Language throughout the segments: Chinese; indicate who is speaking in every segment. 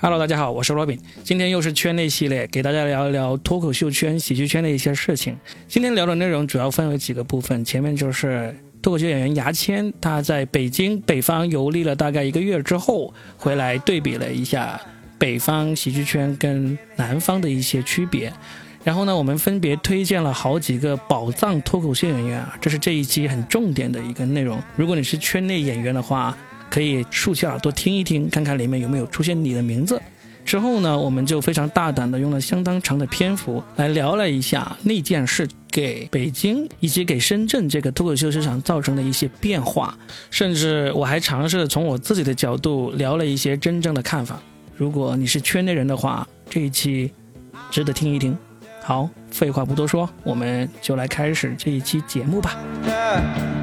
Speaker 1: Hello，大家好，我是罗宾，今天又是圈内系列，给大家聊一聊脱口秀圈、喜剧圈的一些事情。今天聊的内容主要分为几个部分，前面就是脱口秀演员牙签，他在北京北方游历了大概一个月之后，回来对比了一下北方喜剧圈跟南方的一些区别。然后呢，我们分别推荐了好几个宝藏脱口秀演员啊，这是这一期很重点的一个内容。如果你是圈内演员的话，可以竖起耳朵听一听，看看里面有没有出现你的名字。之后呢，我们就非常大胆的用了相当长的篇幅来聊了一下那件事给北京以及给深圳这个脱口秀市场造成的一些变化，甚至我还尝试从我自己的角度聊了一些真正的看法。如果你是圈内人的话，这一期值得听一听。好，废话不多说，我们就来开始这一期节目吧。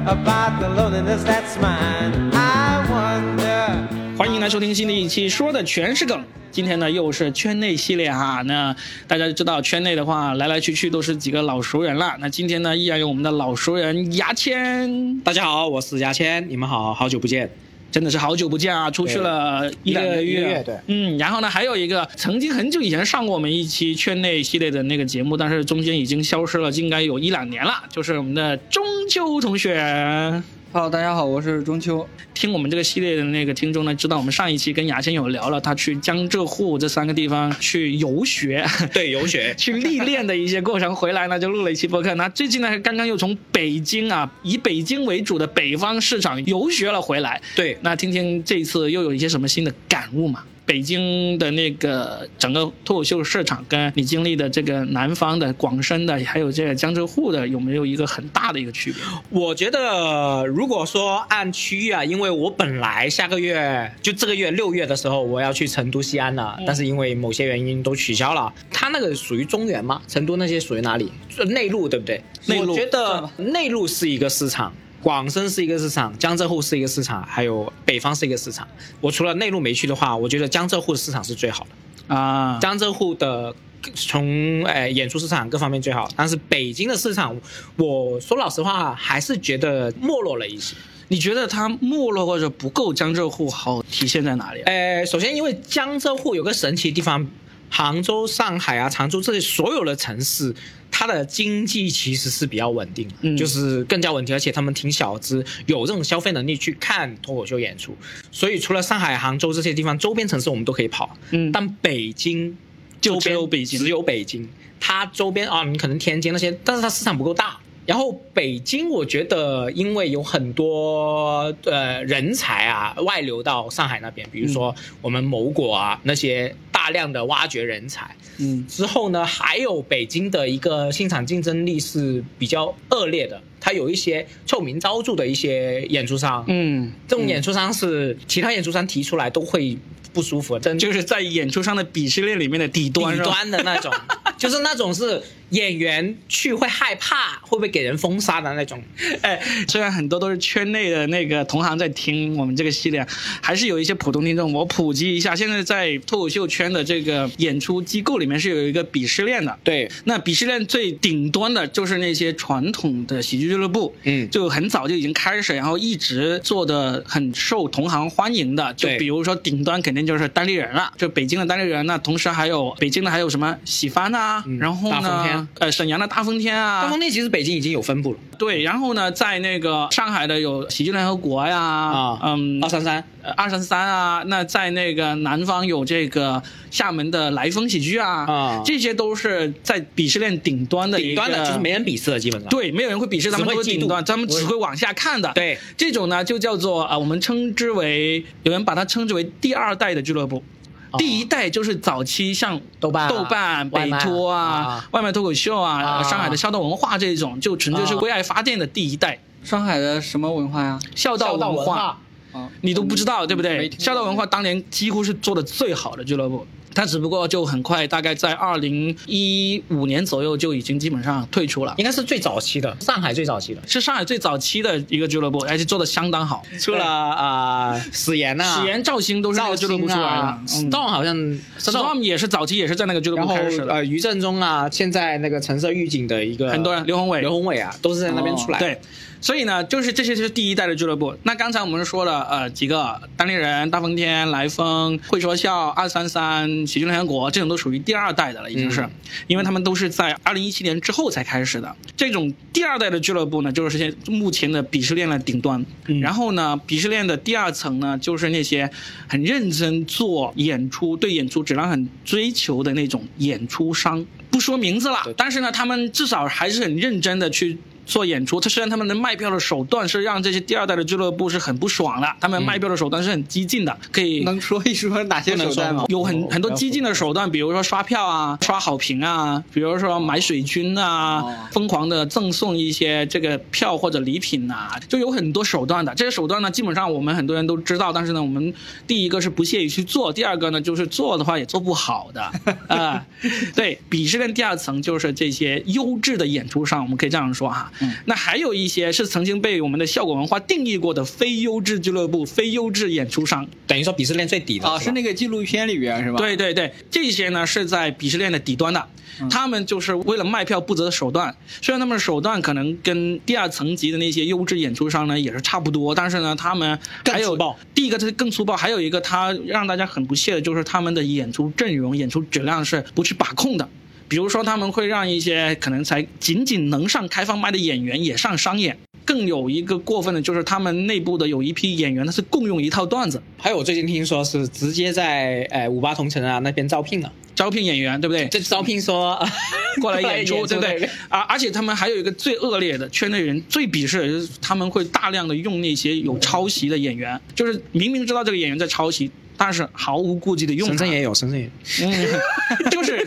Speaker 2: about the loneliness that's mine. I wonder.
Speaker 1: 欢迎来收听新的一期，说的全是梗。今天呢又是圈内系列哈，那大家就知道圈内的话来来去去都是几个老熟人了。那今天呢依然有我们的老熟人牙签，
Speaker 3: 大家好，我是牙签，你们好，好久不见。
Speaker 1: 真的是好久不见啊，出去了一两个
Speaker 3: 一
Speaker 1: 月。
Speaker 3: 两个月对
Speaker 1: 嗯，然后呢还有一个曾经很久以前上过我们一期圈内系列的那个节目，但是中间已经消失了，应该有一两年了，就是我们的中秋同学。
Speaker 4: Hello，大家好，我是中秋。
Speaker 1: 听我们这个系列的那个听众呢，知道我们上一期跟牙签有聊了，他去江浙沪这三个地方去游学，，
Speaker 3: 对，有雪
Speaker 1: 去历练的一些过程，回来呢就录了一期播客。那最近呢，刚刚又从北京啊，以北京为主的北方市场游学了回来。
Speaker 3: 对，
Speaker 1: 那听听这一次又有一些什么新的感悟嘛？北京的那个整个脱口秀市场，跟你经历的这个南方的、广深的，还有这个江浙沪的，有没有一个很大的一个区别？
Speaker 3: 我觉得如果说按区域啊，因为我本来下个月就这个月六月的时候我要去成都、西安了，但是因为某些原因都取消了。它那个属于中原吗？成都那些属于哪里？呃内陆对不对？
Speaker 1: 内陆
Speaker 3: 我觉得内陆是一个市场。广深是一个市场，江浙沪是一个市场，还有北方是一个市场。我除了内陆没去的话，我觉得江浙沪市场是最好的。
Speaker 1: 啊，
Speaker 3: 江浙沪的从呃演出市场各方面最好，但是北京的市场，我说老实话还是觉得没落了一些。
Speaker 1: 你觉得它没落或者不够江浙沪好体现在哪里啊？
Speaker 3: 呃，首先因为江浙沪有个神奇的地方，杭州、上海啊、常州这些所有的城市，它的经济其实是比较稳定的，
Speaker 1: 嗯
Speaker 3: 就是更加稳定，而且他们挺小资，有这种消费能力去看脱口秀演出。所以除了上海、杭州这些地方，周边城市我们都可以跑，
Speaker 1: 嗯
Speaker 3: 但北京
Speaker 1: 就
Speaker 3: 周边
Speaker 1: 只有北京
Speaker 3: 只有北京，它周边啊，你可能天津那些，但是它市场不够大。然后北京，我觉得因为有很多呃人才啊外流到上海那边，比如说我们某果啊那些大量的挖掘人才，
Speaker 1: 嗯
Speaker 3: 之后呢，还有北京的一个现场竞争力是比较恶劣的，它有一些臭名昭著的一些演出商，
Speaker 1: 嗯，
Speaker 3: 这种演出商是其他演出商提出来都会不舒服，真
Speaker 1: 就是在演出上的鄙视链里面的底端，
Speaker 3: 底
Speaker 1: 是吧
Speaker 3: 端的那 种，就是那种是演员去会害怕，会不会给人封杀的那种。
Speaker 1: 哎， 虽然很多都是圈内的那个同行在听我们这个系列，还是有一些普通听众。我普及一下，现在在脱口秀圈的这个演出机构里面是有一个鄙视链的。
Speaker 3: 对，
Speaker 1: 那鄙视链最顶端的就是那些传统的喜剧俱乐部，
Speaker 3: 嗯
Speaker 1: 就很早就已经开始，然后一直做的很受同行欢迎的。就
Speaker 3: 对
Speaker 1: 比如说顶端肯定就是单立人了，就北京的单立人那同时还有北京的还有什么喜翻啊，
Speaker 3: 嗯
Speaker 1: 然后
Speaker 3: 大风
Speaker 1: 呢
Speaker 3: 天，
Speaker 1: 呃，沈阳的大风天啊，
Speaker 3: 大风天其实北京已经有分布了
Speaker 1: 对，然后呢，在那个上海的有喜剧联合国呀，
Speaker 3: 啊
Speaker 1: 嗯
Speaker 3: 二，三三，
Speaker 1: 二三三啊，那在那个南方有这个厦门的来风喜剧啊，
Speaker 3: 啊
Speaker 1: 这些都是在鄙视链顶端的一
Speaker 3: 顶
Speaker 1: 个
Speaker 3: 端的就是没人鄙视了，基本上。
Speaker 1: 对，没有人会鄙视他们
Speaker 3: 只会
Speaker 1: 都是
Speaker 3: 嫉妒
Speaker 1: 顶端，他们只会往下看的。
Speaker 3: 对，
Speaker 1: 这种呢就叫做啊、我们称之为有人把它称之为第二代的俱乐部。
Speaker 3: 哦
Speaker 1: 第一代就是早期像
Speaker 3: 豆瓣啊
Speaker 1: 豆瓣、
Speaker 3: 外
Speaker 1: 北
Speaker 3: 卖啊
Speaker 1: 托啊
Speaker 3: 啊、
Speaker 1: 外卖脱口秀啊、
Speaker 3: 啊
Speaker 1: 上海的孝道文化这种，就纯粹是
Speaker 3: 啊
Speaker 1: 为爱发电的第一代
Speaker 4: 上海的什么文化呀？
Speaker 1: 孝道
Speaker 3: 孝道
Speaker 1: 文
Speaker 3: 文
Speaker 1: 化
Speaker 3: 化，
Speaker 4: 啊，
Speaker 1: 你都不知道对不
Speaker 4: 没
Speaker 1: 对？
Speaker 4: 听过
Speaker 1: 孝道文化当年几乎是做的最好的俱乐部，他只不过就很快，大概在二零一五年左右就已经基本上退出了。
Speaker 3: 应该是最早期的，上海最早期的，
Speaker 1: 是上海最早期的一个俱乐部，而且做的相当好。
Speaker 3: 出了啊、呃史岩呐、
Speaker 1: 史岩、赵鑫都是那
Speaker 3: 赵
Speaker 1: 个俱乐部
Speaker 3: 鑫
Speaker 1: 出来的嗯
Speaker 3: 啊。，Storm 好像
Speaker 1: Storm 也是早期也是在那个俱乐
Speaker 3: 然
Speaker 1: 部
Speaker 3: 后
Speaker 1: 开始的。
Speaker 3: 呃于正中啊，现在那个橙色预警的一个
Speaker 1: 很多人刘宏伟哦
Speaker 3: 刘宏伟啊，都是在那边出来。
Speaker 1: 嗯对，所以呢，就是这些就是第一代的俱乐部。那刚才我们说了，呃，几个单立人、大风天、来风、会说笑、二三三、喜剧联合国，这种都属于第二代的了，已经是，
Speaker 3: 嗯
Speaker 1: 因为他们都是在二零一七年之后才开始的。这种第二代的俱乐部呢，就是现目前的鄙视链的顶端。然后呢，鄙视链的第二层呢，就是那些很认真做演出、对演出质量很追求的那种演出商。不说名字了
Speaker 3: 对，
Speaker 1: 但是呢，他们至少还是很认真的去做演出。他虽然他们的卖票的手段是让这些第二代的俱乐部是很不爽的，他们卖票的手段是很激进的，可以
Speaker 5: 能说一说哪些手段吗？
Speaker 1: 有很很多激进的手段，比如说刷票啊、刷好评啊，比如说买水军啊，
Speaker 5: 哦
Speaker 1: 疯狂的赠送一些这个票或者礼品啊，就有很多手段的。这些手段呢，基本上我们很多人都知道，但是呢，我们第一个是不屑于去做，第二个呢就是做的话也做不好 的啊、对，鄙视链第二层就是这些优质的演出上，我们可以这样说哈。
Speaker 5: 嗯
Speaker 1: 那还有一些是曾经被我们的效果文化定义过的非优质俱乐部、非优质演出商。
Speaker 3: 等于说鄙视链最底的
Speaker 5: 哦，是
Speaker 3: 吧
Speaker 5: 那个纪录片里边是吧？
Speaker 1: 对对对，这些呢是在鄙视链的底端的，
Speaker 3: 嗯
Speaker 1: 他们就是为了卖票不择手段。虽然他们的手段可能跟第二层级的那些优质演出商呢也是差不多，但是呢，他们
Speaker 3: 更
Speaker 1: 还有
Speaker 3: 粗暴
Speaker 1: 第一个是更粗暴，还有一个他让大家很不屑的就是他们的演出阵容、演出质量是不去把控的。比如说，他们会让一些可能才仅仅能上开放麦的演员也上商演。更有一个过分的就是，他们内部的有一批演员他是共用一套段子，
Speaker 3: 还有我最近听说是直接在呃五八同城啊那边招聘了，
Speaker 1: 招聘演员，对不对？
Speaker 3: 这招聘说呃
Speaker 1: 过来演出，对不
Speaker 3: 那
Speaker 1: 对
Speaker 3: 边？
Speaker 1: 啊，而且他们还有一个最恶劣的圈内人最鄙视的就是他们会大量的用那些有抄袭的演员，就是明明知道这个演员在抄袭，但是毫无顾忌的用
Speaker 3: 深
Speaker 1: 他
Speaker 3: 圳，也有，深圳也 有。
Speaker 1: 嗯，就是。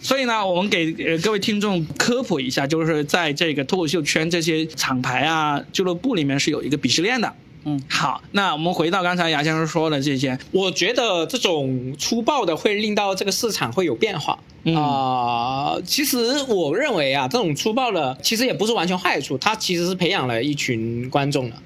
Speaker 1: 所以呢，我们给呃各位听众科普一下，就是在这个脱口秀圈这些厂牌啊、俱乐部里面是有一个鄙视链的。
Speaker 5: 嗯，
Speaker 1: 好，那我们回到刚才牙先生说的这些，
Speaker 3: 我觉得这种粗暴的会令到这个市场会有变化。
Speaker 1: 嗯
Speaker 3: 啊、其实我认为啊，这种粗暴的其实也不是完全坏处，它其实是培养了一群观众的，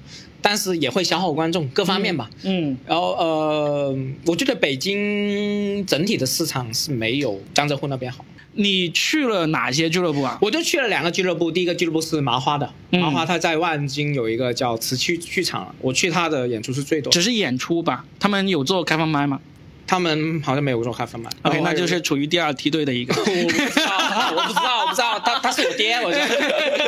Speaker 3: 但是也会消耗观众各方面吧。
Speaker 1: 嗯，
Speaker 3: 然后呃，我觉得北京整体的市场是没有江浙沪那边好。
Speaker 1: 你去了哪些俱乐部啊？
Speaker 3: 我就去了两个俱乐部，第一个俱乐部是麻花的，
Speaker 1: 嗯
Speaker 3: 麻花它在万金有一个叫瓷器剧场，我去它的演出是最多的
Speaker 1: 只，是演出吧，他们有做开放麦吗
Speaker 3: 他们好像没有做开放麦。
Speaker 1: ？OK，
Speaker 3: 然后
Speaker 1: 那就是处于第二梯队的一 个。
Speaker 3: 哦我不知 道，我不知道，我不知道，他他是我爹，我知道。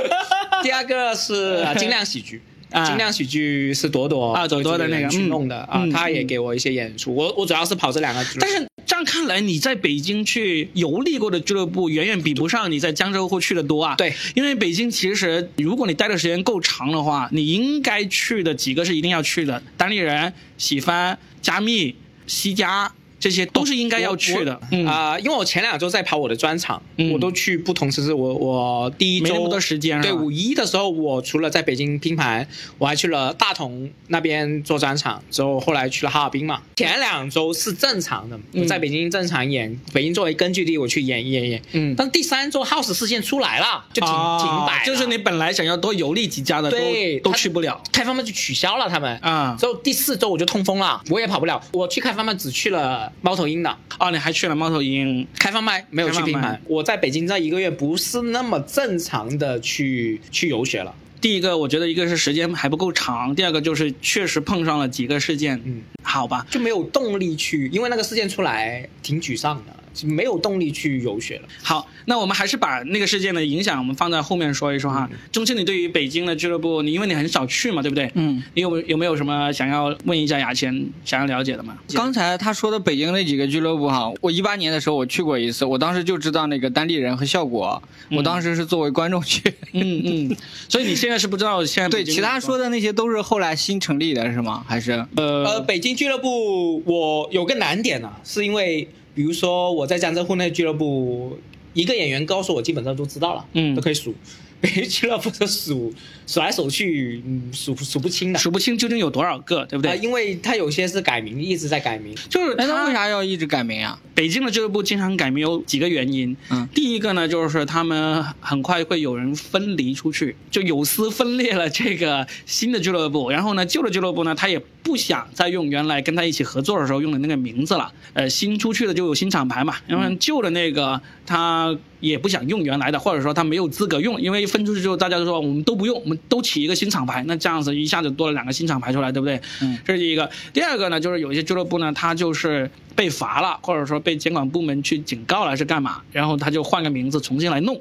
Speaker 3: 第二个是 啊精酿喜剧。
Speaker 1: 啊
Speaker 3: 精酿喜剧是朵朵
Speaker 1: 啊朵朵的那个
Speaker 3: 去
Speaker 1: 嗯
Speaker 3: 弄的啊
Speaker 1: 嗯，
Speaker 3: 他也给我一些演出，我我主要是跑这两个俱乐部，
Speaker 1: 但是这样看来，你在北京去游历过的俱乐部远远比不上你在江浙沪去的多啊。
Speaker 3: 对，
Speaker 1: 因为北京其实如果你待的时间够长的话，你应该去的几个是一定要去的，单立人、喜番、加密、西加这些都是应该要去的
Speaker 3: 我。
Speaker 1: 嗯，
Speaker 3: 啊、因为我前两周在跑我的专场，
Speaker 1: 嗯
Speaker 3: 我都去不同城市。我我第一
Speaker 1: 没那么
Speaker 3: 周
Speaker 1: 多时间是
Speaker 3: 对
Speaker 1: 吧
Speaker 3: 五一的时候，我除了在北京拼盘，我还去了大同那边做专场，之后后来去了哈尔滨嘛。前两周是正常的，
Speaker 1: 嗯
Speaker 3: 我在北京正常演，北京作为根据地，我去演演演。
Speaker 1: 嗯
Speaker 3: 但第三周 House 事件出来了，就停、
Speaker 1: 啊
Speaker 3: 停摆了，
Speaker 1: 就是你本来想要多游历几家的都
Speaker 3: 对
Speaker 1: 都
Speaker 3: 他
Speaker 1: 去不了。
Speaker 3: 开放麦就取消了，他们
Speaker 1: 啊
Speaker 3: 之后第四周我就痛风了，我也跑不了，我去开放麦只去了猫头鹰的。
Speaker 1: 哦，你还去了猫头鹰，
Speaker 3: 开放麦没有去拼
Speaker 1: 开放麦
Speaker 3: 盘。我在北京这一个月不是那么正常的去去游学了。
Speaker 1: 第一个，我觉得一个是时间还不够长，第二个就是确实碰上了几个事件，
Speaker 3: 嗯，
Speaker 1: 好吧，
Speaker 3: 就没有动力去，因为那个事件出来挺沮丧的，没有动力去游学了。
Speaker 1: 好，那我们还是把那个事件的影响，我们放在后面说一说
Speaker 5: 嗯
Speaker 1: 哈。中青，你对于北京的俱乐部，你因为你很少去嘛，对不对？
Speaker 5: 嗯，
Speaker 1: 你有没有有没有什么想要问一下牙签，想要了解的吗？
Speaker 5: 刚才他说的北京那几个俱乐部哈，我一八年的时候我去过一次，我当时就知道那个单立人和效果，我当时是作为观众去。
Speaker 1: 嗯嗯，所以你现在是不知道现在
Speaker 5: 对，
Speaker 1: 北京
Speaker 5: 其他说的那些都是后来新成立的是吗？还是
Speaker 3: 呃，北京俱乐部我有个难点啊，是因为比如说我在江浙沪那俱乐部，一个演员告诉我基本上都知道了，
Speaker 1: 嗯
Speaker 3: 都可以数。 北京俱乐部是数数来数去，嗯数数不清的。
Speaker 1: 数不清究竟有多少个，对不
Speaker 3: 啊，
Speaker 1: 对？
Speaker 3: 因为他有些是改名，一直在改名。
Speaker 1: 就是
Speaker 5: 哎，那
Speaker 1: 他
Speaker 5: 为啥要一直改名啊？
Speaker 1: 北京的俱乐部经常改名有几个原因，
Speaker 5: 嗯
Speaker 1: 第一个呢就是他们很快会有人分离出去，就有丝分裂了这个新的俱乐部，然后呢旧的俱乐部呢他也不想再用原来跟他一起合作的时候用的那个名字了，呃新出去的就有新厂牌嘛，然后旧的那个他也不想用原来的，或者说他没有资格用，因为分出去之后大家就说我们都不用，我们都起一个新厂牌，那这样子一下子多了两个新厂牌出来，对不对？
Speaker 5: 嗯
Speaker 1: 这是第一个。第二个呢，就是有一些俱乐部呢，他就是被罚了，或者说被监管部门去警告了是干嘛，然后他就换个名字重新来弄。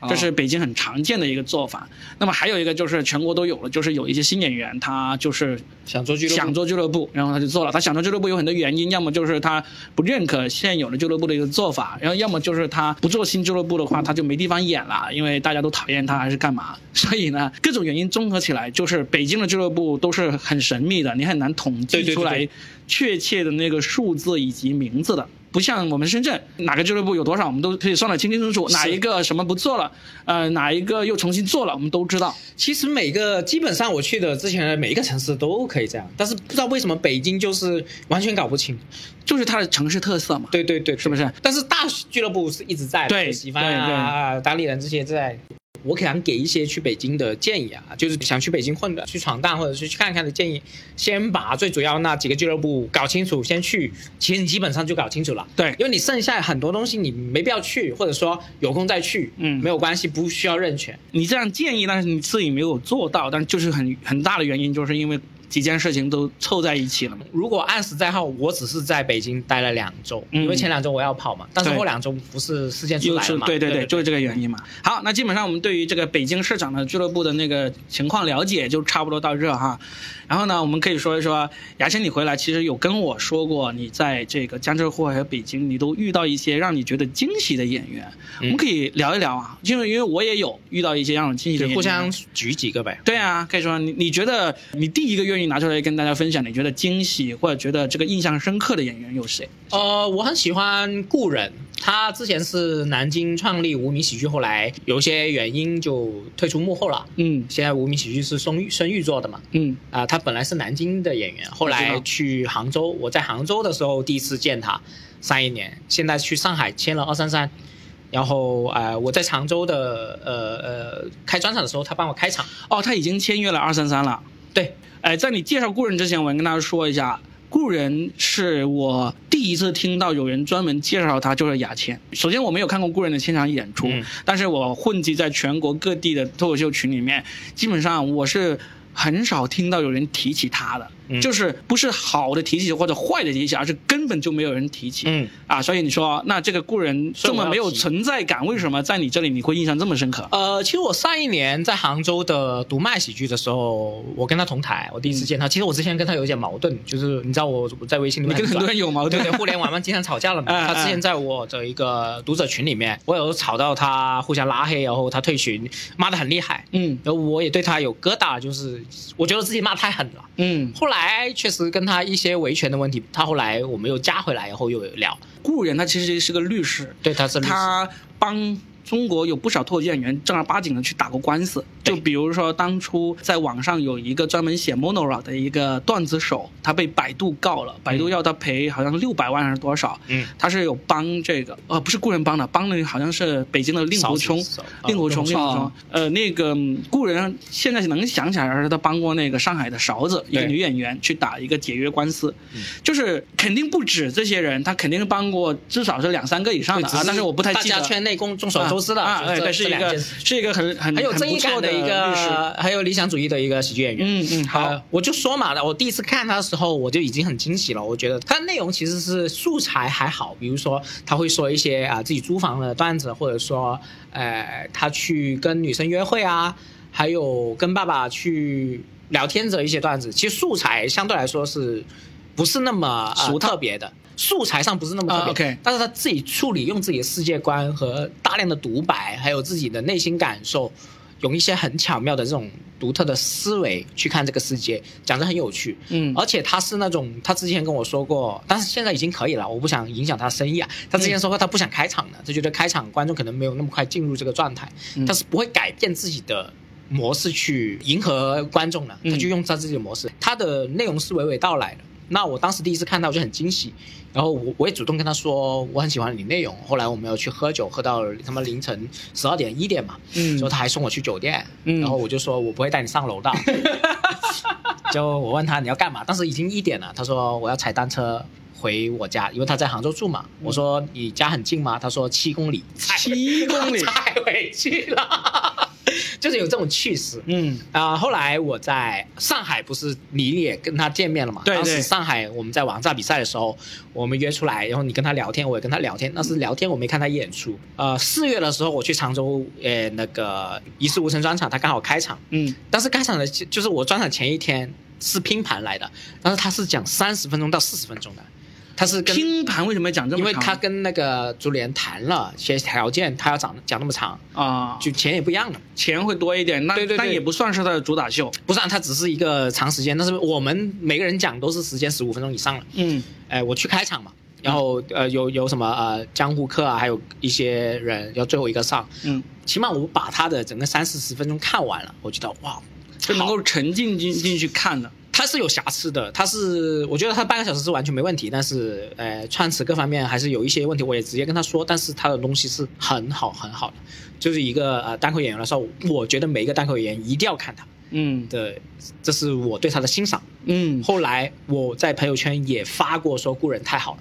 Speaker 5: 哦
Speaker 1: 这是北京很常见的一个做法。那么还有一个就是全国都有了，就是有一些新演员，他就是
Speaker 3: 想做俱乐部，
Speaker 1: 想做俱乐部，然后他就做了。他想做俱乐部有很多原因，要么就是他不认可现有的俱乐部的一个做法，然后要么就是他不做新俱乐部的话，他就没地方演了，因为大家都讨厌他还是干嘛。 所以呢，各种原因综合起来，就是北京的俱乐部都是很神秘的，你很难统
Speaker 3: 对
Speaker 1: 计
Speaker 3: 对对
Speaker 1: 出来
Speaker 3: 对
Speaker 1: 确切的那个数字以及名字的。不像我们深圳哪个俱乐部有多少，我们都可以算得清清楚楚，哪一个什么不做了，呃，哪一个又重新做了，我们都知道。
Speaker 3: 其实每个基本上我去的之前的每一个城市都可以这样，但是不知道为什么北京就是完全搞不清。
Speaker 1: 就是它的城市特色嘛，
Speaker 3: 对对对，
Speaker 1: 是不是？
Speaker 3: 但是大俱乐部是一直在的，
Speaker 1: 对
Speaker 3: 就喜欢啊、当地人这些在。我想给一些去北京的建议啊，就是想去北京混的、去闯荡或者是去看看的建议，先把最主要那几个俱乐部搞清楚，先去，其实你基本上就搞清楚了。
Speaker 1: 对
Speaker 3: 因为你剩下很多东西你没必要去，或者说有空再去，
Speaker 1: 嗯
Speaker 3: 没有关系，不需要认全。
Speaker 1: 你这样建议，但是你自己没有做到，但是就是很很大的原因，就是因为几件事情都凑在一起了嘛。
Speaker 3: 如果按时在号，我只是在北京待了两周，
Speaker 1: 嗯
Speaker 3: 因为前两周我要跑嘛，但是
Speaker 1: 对
Speaker 3: 后两周不是事件出
Speaker 1: 又
Speaker 3: 来了
Speaker 1: 是
Speaker 3: 嘛？
Speaker 1: 对
Speaker 3: 对
Speaker 1: 对，就是这个原因嘛。好，那基本上我们对于这个北京市场的俱乐部的那个情况了解就差不多到这哈。然后呢，我们可以说一说，牙签你回来其实有跟我说过，你在这个江浙沪还有北京，你都遇到一些让你觉得惊喜的演员，我们可以聊一聊啊，因为因为我也有遇到一些让我惊喜的
Speaker 3: 就
Speaker 1: 演员，
Speaker 3: 互相举几个呗。
Speaker 1: 对啊，可以说你你觉得你第一个愿意拿出来跟大家分享，你觉得惊喜或者觉得这个印象深刻的演员有谁？
Speaker 3: 呃，我很喜欢故人，他之前是南京创立无名喜剧，后来有一些原因就退出幕后了。
Speaker 1: 嗯
Speaker 3: 现在无名喜剧是孙玉孙玉做的嘛？
Speaker 1: 嗯，
Speaker 3: 啊、他本来是南京的演员，后
Speaker 1: 我知
Speaker 3: 来
Speaker 1: 道
Speaker 3: 去杭州。我在杭州的时候第一次见他，上一年。现在去上海签了二三三，然后呃，我在常州的呃呃开专场的时候，他帮我开场。
Speaker 1: 哦，他已经签约了二三三了。
Speaker 3: 对，
Speaker 1: 哎，在你介绍故人之前，我跟大家说一下，故人是我第一次听到有人专门介绍他就是牙签。首先，我没有看过故人的现场演出，
Speaker 3: 嗯
Speaker 1: 但是我混迹在全国各地的脱口秀群里面，基本上我是很少听到有人提起他的。
Speaker 3: 嗯
Speaker 1: 就是不是好的提起或者坏的提起，而是根本就没有人提起。
Speaker 3: 嗯，
Speaker 1: 啊，所以你说那这个故人
Speaker 3: 所
Speaker 1: 这
Speaker 3: 以我要
Speaker 1: 么没有
Speaker 3: 提
Speaker 1: 存在感，为什么在你这里你会印象这么深刻？
Speaker 3: 呃，其实我上一年在杭州的读卖喜剧的时候，我跟他同台，我第一
Speaker 1: 嗯
Speaker 3: 次见他。其实我之前跟他有一点矛盾，就是你知道我我在微信里
Speaker 1: 你
Speaker 3: 面
Speaker 1: 跟很多人有矛
Speaker 3: 对
Speaker 1: 盾
Speaker 3: 对，互联网嘛，经常吵架了 嘛。
Speaker 1: 嗯
Speaker 3: 他之前在我的一个读者群里面，我有时候吵到他互相拉黑，然后他退群，骂的很厉害。
Speaker 1: 嗯
Speaker 3: 然后我也对他有疙瘩，就是我觉得自己骂太狠了。
Speaker 1: 嗯，
Speaker 3: 后来确实跟他一些维权的问题，他后来我们又加回来，然后又有聊。
Speaker 1: 故人他其实是个律师，
Speaker 3: 对，他是律师
Speaker 1: 他帮中国有不少脱口秀演员正儿八经的去打过官司。
Speaker 3: 对
Speaker 1: 就比如说当初在网上有一个专门写 monologue 的一个段子手，他被百度告了，百度要他赔好像六百万还是多少？
Speaker 3: 嗯，
Speaker 1: 他是有帮这个呃不是故人帮的，帮的好像是北京的令
Speaker 3: 少
Speaker 1: 狐
Speaker 3: 子
Speaker 1: 冲
Speaker 3: 少啊，
Speaker 1: 令狐
Speaker 3: 令
Speaker 1: 冲，
Speaker 3: 狐
Speaker 1: 令狐
Speaker 5: 冲
Speaker 1: 冲。呃，那个嗯故人现在能想起来，而是他帮过那个上海的勺子一个
Speaker 3: 对嗯
Speaker 1: 女演员去打一个解约官司，就是肯定不止这些人，他肯定帮过至少是两三个以上
Speaker 3: 对
Speaker 1: 的
Speaker 3: 只
Speaker 1: 啊，但是我不太
Speaker 3: 大
Speaker 1: 记得
Speaker 3: 家。圈内公众所周知的，
Speaker 1: 啊，
Speaker 3: 就是
Speaker 1: 哎
Speaker 3: 这
Speaker 1: 对，是
Speaker 3: 这
Speaker 1: 一
Speaker 3: 两
Speaker 1: 个
Speaker 3: 件事
Speaker 1: 是一个很很
Speaker 3: 很有正义
Speaker 1: 很
Speaker 3: 感
Speaker 1: 不错的
Speaker 3: 一
Speaker 1: 律师
Speaker 3: 个，很有理想主义的一个喜剧演员。
Speaker 1: 嗯嗯好
Speaker 3: 呃我就说嘛，我第一次看他的时候，我就已经很惊喜了。我觉得他的内容其实是素材还好，比如说他会说一些啊、自己租房的段子，或者说呃他去跟女生约会啊，还有跟爸爸去聊天的一些段子。其实素材相对来说是不是那么、呃、
Speaker 1: 俗套
Speaker 3: 特别的？素材上不是那么特别
Speaker 1: 啊，OK
Speaker 3: 但是他自己处理，用自己的世界观和大量的独白，还有自己的内心感受，用一些很巧妙的这种独特的思维去看这个世界，讲的很有趣。
Speaker 1: 嗯
Speaker 3: 而且他是那种，他之前跟我说过，但是现在已经可以了，我不想影响他生意啊。他之前说过他不想开场的，他觉得开场观众可能没有那么快进入这个状态，
Speaker 1: 嗯
Speaker 3: 但是不会改变自己的模式去迎合观众了，他就用他自己的模式，他的内容是娓娓道来的。那我当时第一次看到我就很惊喜，然后我我也主动跟他说我很喜欢你内容。后来我们要去喝酒，喝到他妈凌晨十二点一点嘛，嗯，之后他还送我去酒店，
Speaker 1: 嗯
Speaker 3: 然后我就说我不会带你上楼的，就我问他你要干嘛，当时已经一点了，他说我要踩单车回我家，因为他在杭州住嘛。我说你家很近吗？他说七公里，
Speaker 1: 七公里
Speaker 3: 踩回去了， 就是有这种趣事。
Speaker 1: 嗯
Speaker 3: 啊、后来我在上海，不是你也跟他见面了嘛？
Speaker 1: 对
Speaker 3: 当时
Speaker 1: 对
Speaker 3: 上海我们在网站比赛的时候，我们约出来，然后你跟他聊天，我也跟他聊天。但是聊天我没看他演出。呃，四月的时候我去常州，呃，那个一事无成专场，他刚好开场。
Speaker 1: 嗯，
Speaker 3: 但是开场的就就是我专场前一天是拼盘来的，但是他是讲三十分钟到四十分钟的，他是跟
Speaker 1: 拼盘为什么要讲这
Speaker 3: 因
Speaker 1: 么
Speaker 3: 为
Speaker 1: 长？
Speaker 3: 他跟那个竹联谈了些条件，他要讲讲那么长，
Speaker 1: 啊，
Speaker 3: 就钱也不一样了。
Speaker 1: 钱会多一点，那
Speaker 3: 对对对
Speaker 1: 但也不算是他的主打秀。
Speaker 3: 不是、啊，它只是一个长时间，但是我们每个人讲都是时间十五分钟以上了。
Speaker 1: 嗯
Speaker 3: 哎，我去开场嘛，然后呃有有什么呃江湖客啊，还有一些人要最后一个上，
Speaker 1: 嗯，
Speaker 3: 起码我把他的整个三四十分钟看完了，我觉得哇，
Speaker 1: 就能够沉浸进进去看的。
Speaker 3: 他是有瑕疵的，他是我觉得他半个小时是完全没问题，但是呃串词各方面还是有一些问题，我也直接跟他说，但是他的东西是很好很好的，就是一个呃单口演员来说，我觉得每一个单口演员一定要看他
Speaker 1: 嗯
Speaker 3: 的，这是我对他的欣赏。
Speaker 1: 嗯
Speaker 3: 后来我在朋友圈也发过说故人太好了，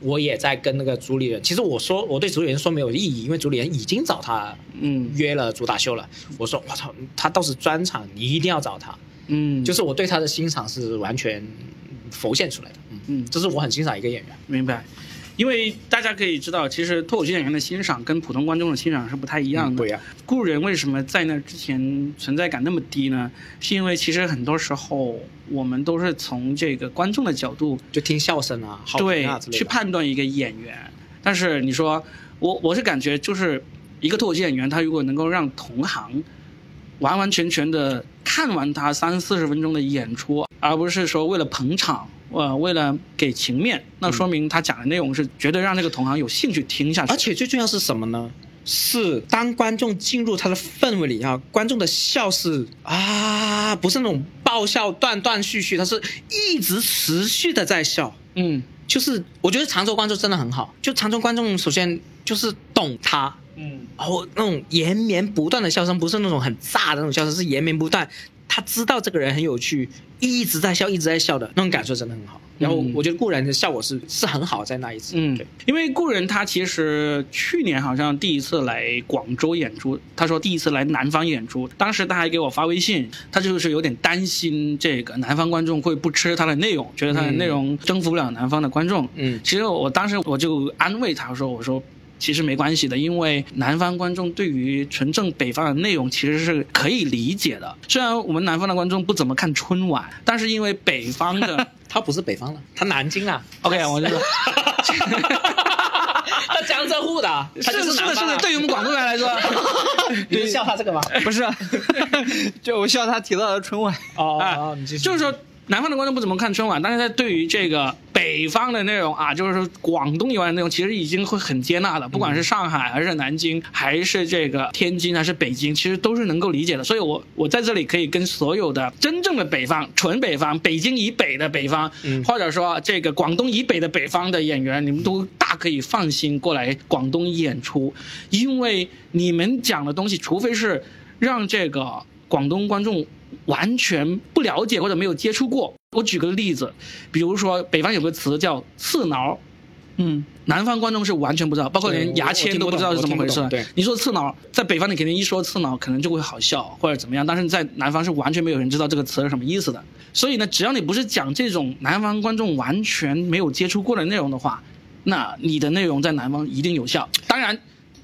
Speaker 3: 我也在跟那个主理人，其实我说我对主理人说没有意义，因为主理人已经找他
Speaker 1: 嗯
Speaker 3: 约了主打秀了。我说我操，他倒是专场，你一定要找他，
Speaker 1: 嗯，
Speaker 3: 就是我对他的欣赏是完全浮现出来的。嗯
Speaker 1: 嗯
Speaker 3: 这是我很欣赏一个演员。
Speaker 1: 明白。因为大家可以知道，其实脱口秀演员的欣赏跟普通观众的欣赏是不太一样的。
Speaker 3: 嗯不一样
Speaker 1: 故人为什么在那之前存在感那么低呢？是因为其实很多时候我们都是从这个观众的角度
Speaker 3: 就听笑声啊，好
Speaker 1: 对
Speaker 3: 评啊之类
Speaker 1: 去
Speaker 3: 的。
Speaker 1: 判断一个演员。但是你说我我是感觉就是一个脱口秀演员，他如果能够让同行完完全全的看完他三四十分钟的演出，而不是说为了捧场。呃，为了给情面，那说明他讲的内容是绝对让这个同行有兴趣听下去。
Speaker 3: 而且最重要是什么呢？是当观众进入他的氛围里啊，观众的笑是啊，不是那种爆笑断断续续，他是一直持续的在笑。
Speaker 1: 嗯，
Speaker 3: 就是我觉得常州观众真的很好，就常州观众首先就是懂他，
Speaker 1: 嗯
Speaker 3: 然后那种延绵不断的笑声，不是那种很炸的那种笑声，是延绵不断。他知道这个人很有趣，一直在笑，一直在笑的那种感受真的很好。然后我觉得固然的效果是是很好，在那一次，
Speaker 1: 嗯
Speaker 3: 对，
Speaker 1: 因为故人他其实去年好像第一次来广州演出，他说第一次来南方演出，当时他还给我发微信，他就是有点担心这个南方观众会不吃他的内容，觉得他的内容征服不了南方的观众。
Speaker 3: 嗯
Speaker 1: 其实我当时我就安慰他说，我说。其实没关系的，因为南方观众对于纯正北方的内容其实是可以理解的。虽然我们南方的观众不怎么看春晚，但是因为北方 的
Speaker 3: 他不是北方的，他南 京啊。
Speaker 1: ，OK，我就说。
Speaker 3: 他江浙沪的，他就是南
Speaker 1: 的，是
Speaker 3: 方
Speaker 1: 的，
Speaker 3: 啊
Speaker 1: 对于我们广东人来 说，
Speaker 3: 你是笑他这个吗？
Speaker 5: 不是，啊 就我笑他提到 了春晚，
Speaker 1: 啊
Speaker 3: 哦，你
Speaker 1: 就是说南方的观众不怎么看春晚，但是他对于这个北方的内容啊，就是说广东以外的内容，其实已经会很接纳了。不管是上海还是南京，还是这个天津还是北京，其实都是能够理解的。所以我我在这里可以跟所有的真正的北方、纯北方、北京以北的北方，
Speaker 3: 嗯
Speaker 1: 或者说这个广东以北的北方的演员，你们都大可以放心过来广东演出，因为你们讲的东西，除非是让这个广东观众完全不了解或者没有接触过。我举个例子，比如说北方有个词叫“刺挠”，
Speaker 5: 嗯，
Speaker 1: 南方观众是完全不知道，包括连
Speaker 3: 对
Speaker 1: 牙
Speaker 3: 我
Speaker 1: 签
Speaker 3: 我听
Speaker 1: 都
Speaker 3: 不
Speaker 1: 不知道
Speaker 3: 懂
Speaker 1: 是
Speaker 3: 我
Speaker 1: 怎么
Speaker 3: 听
Speaker 1: 回
Speaker 3: 不
Speaker 1: 事
Speaker 3: 懂对。
Speaker 1: 你说刺挠，在北方你肯定一说刺挠，可能就会好笑或者怎么样，但是在南方是完全没有人知道这个词是什么意思的。所以呢，只要你不是讲这种南方观众完全没有接触过的内容的话，那你的内容在南方一定有效。当然，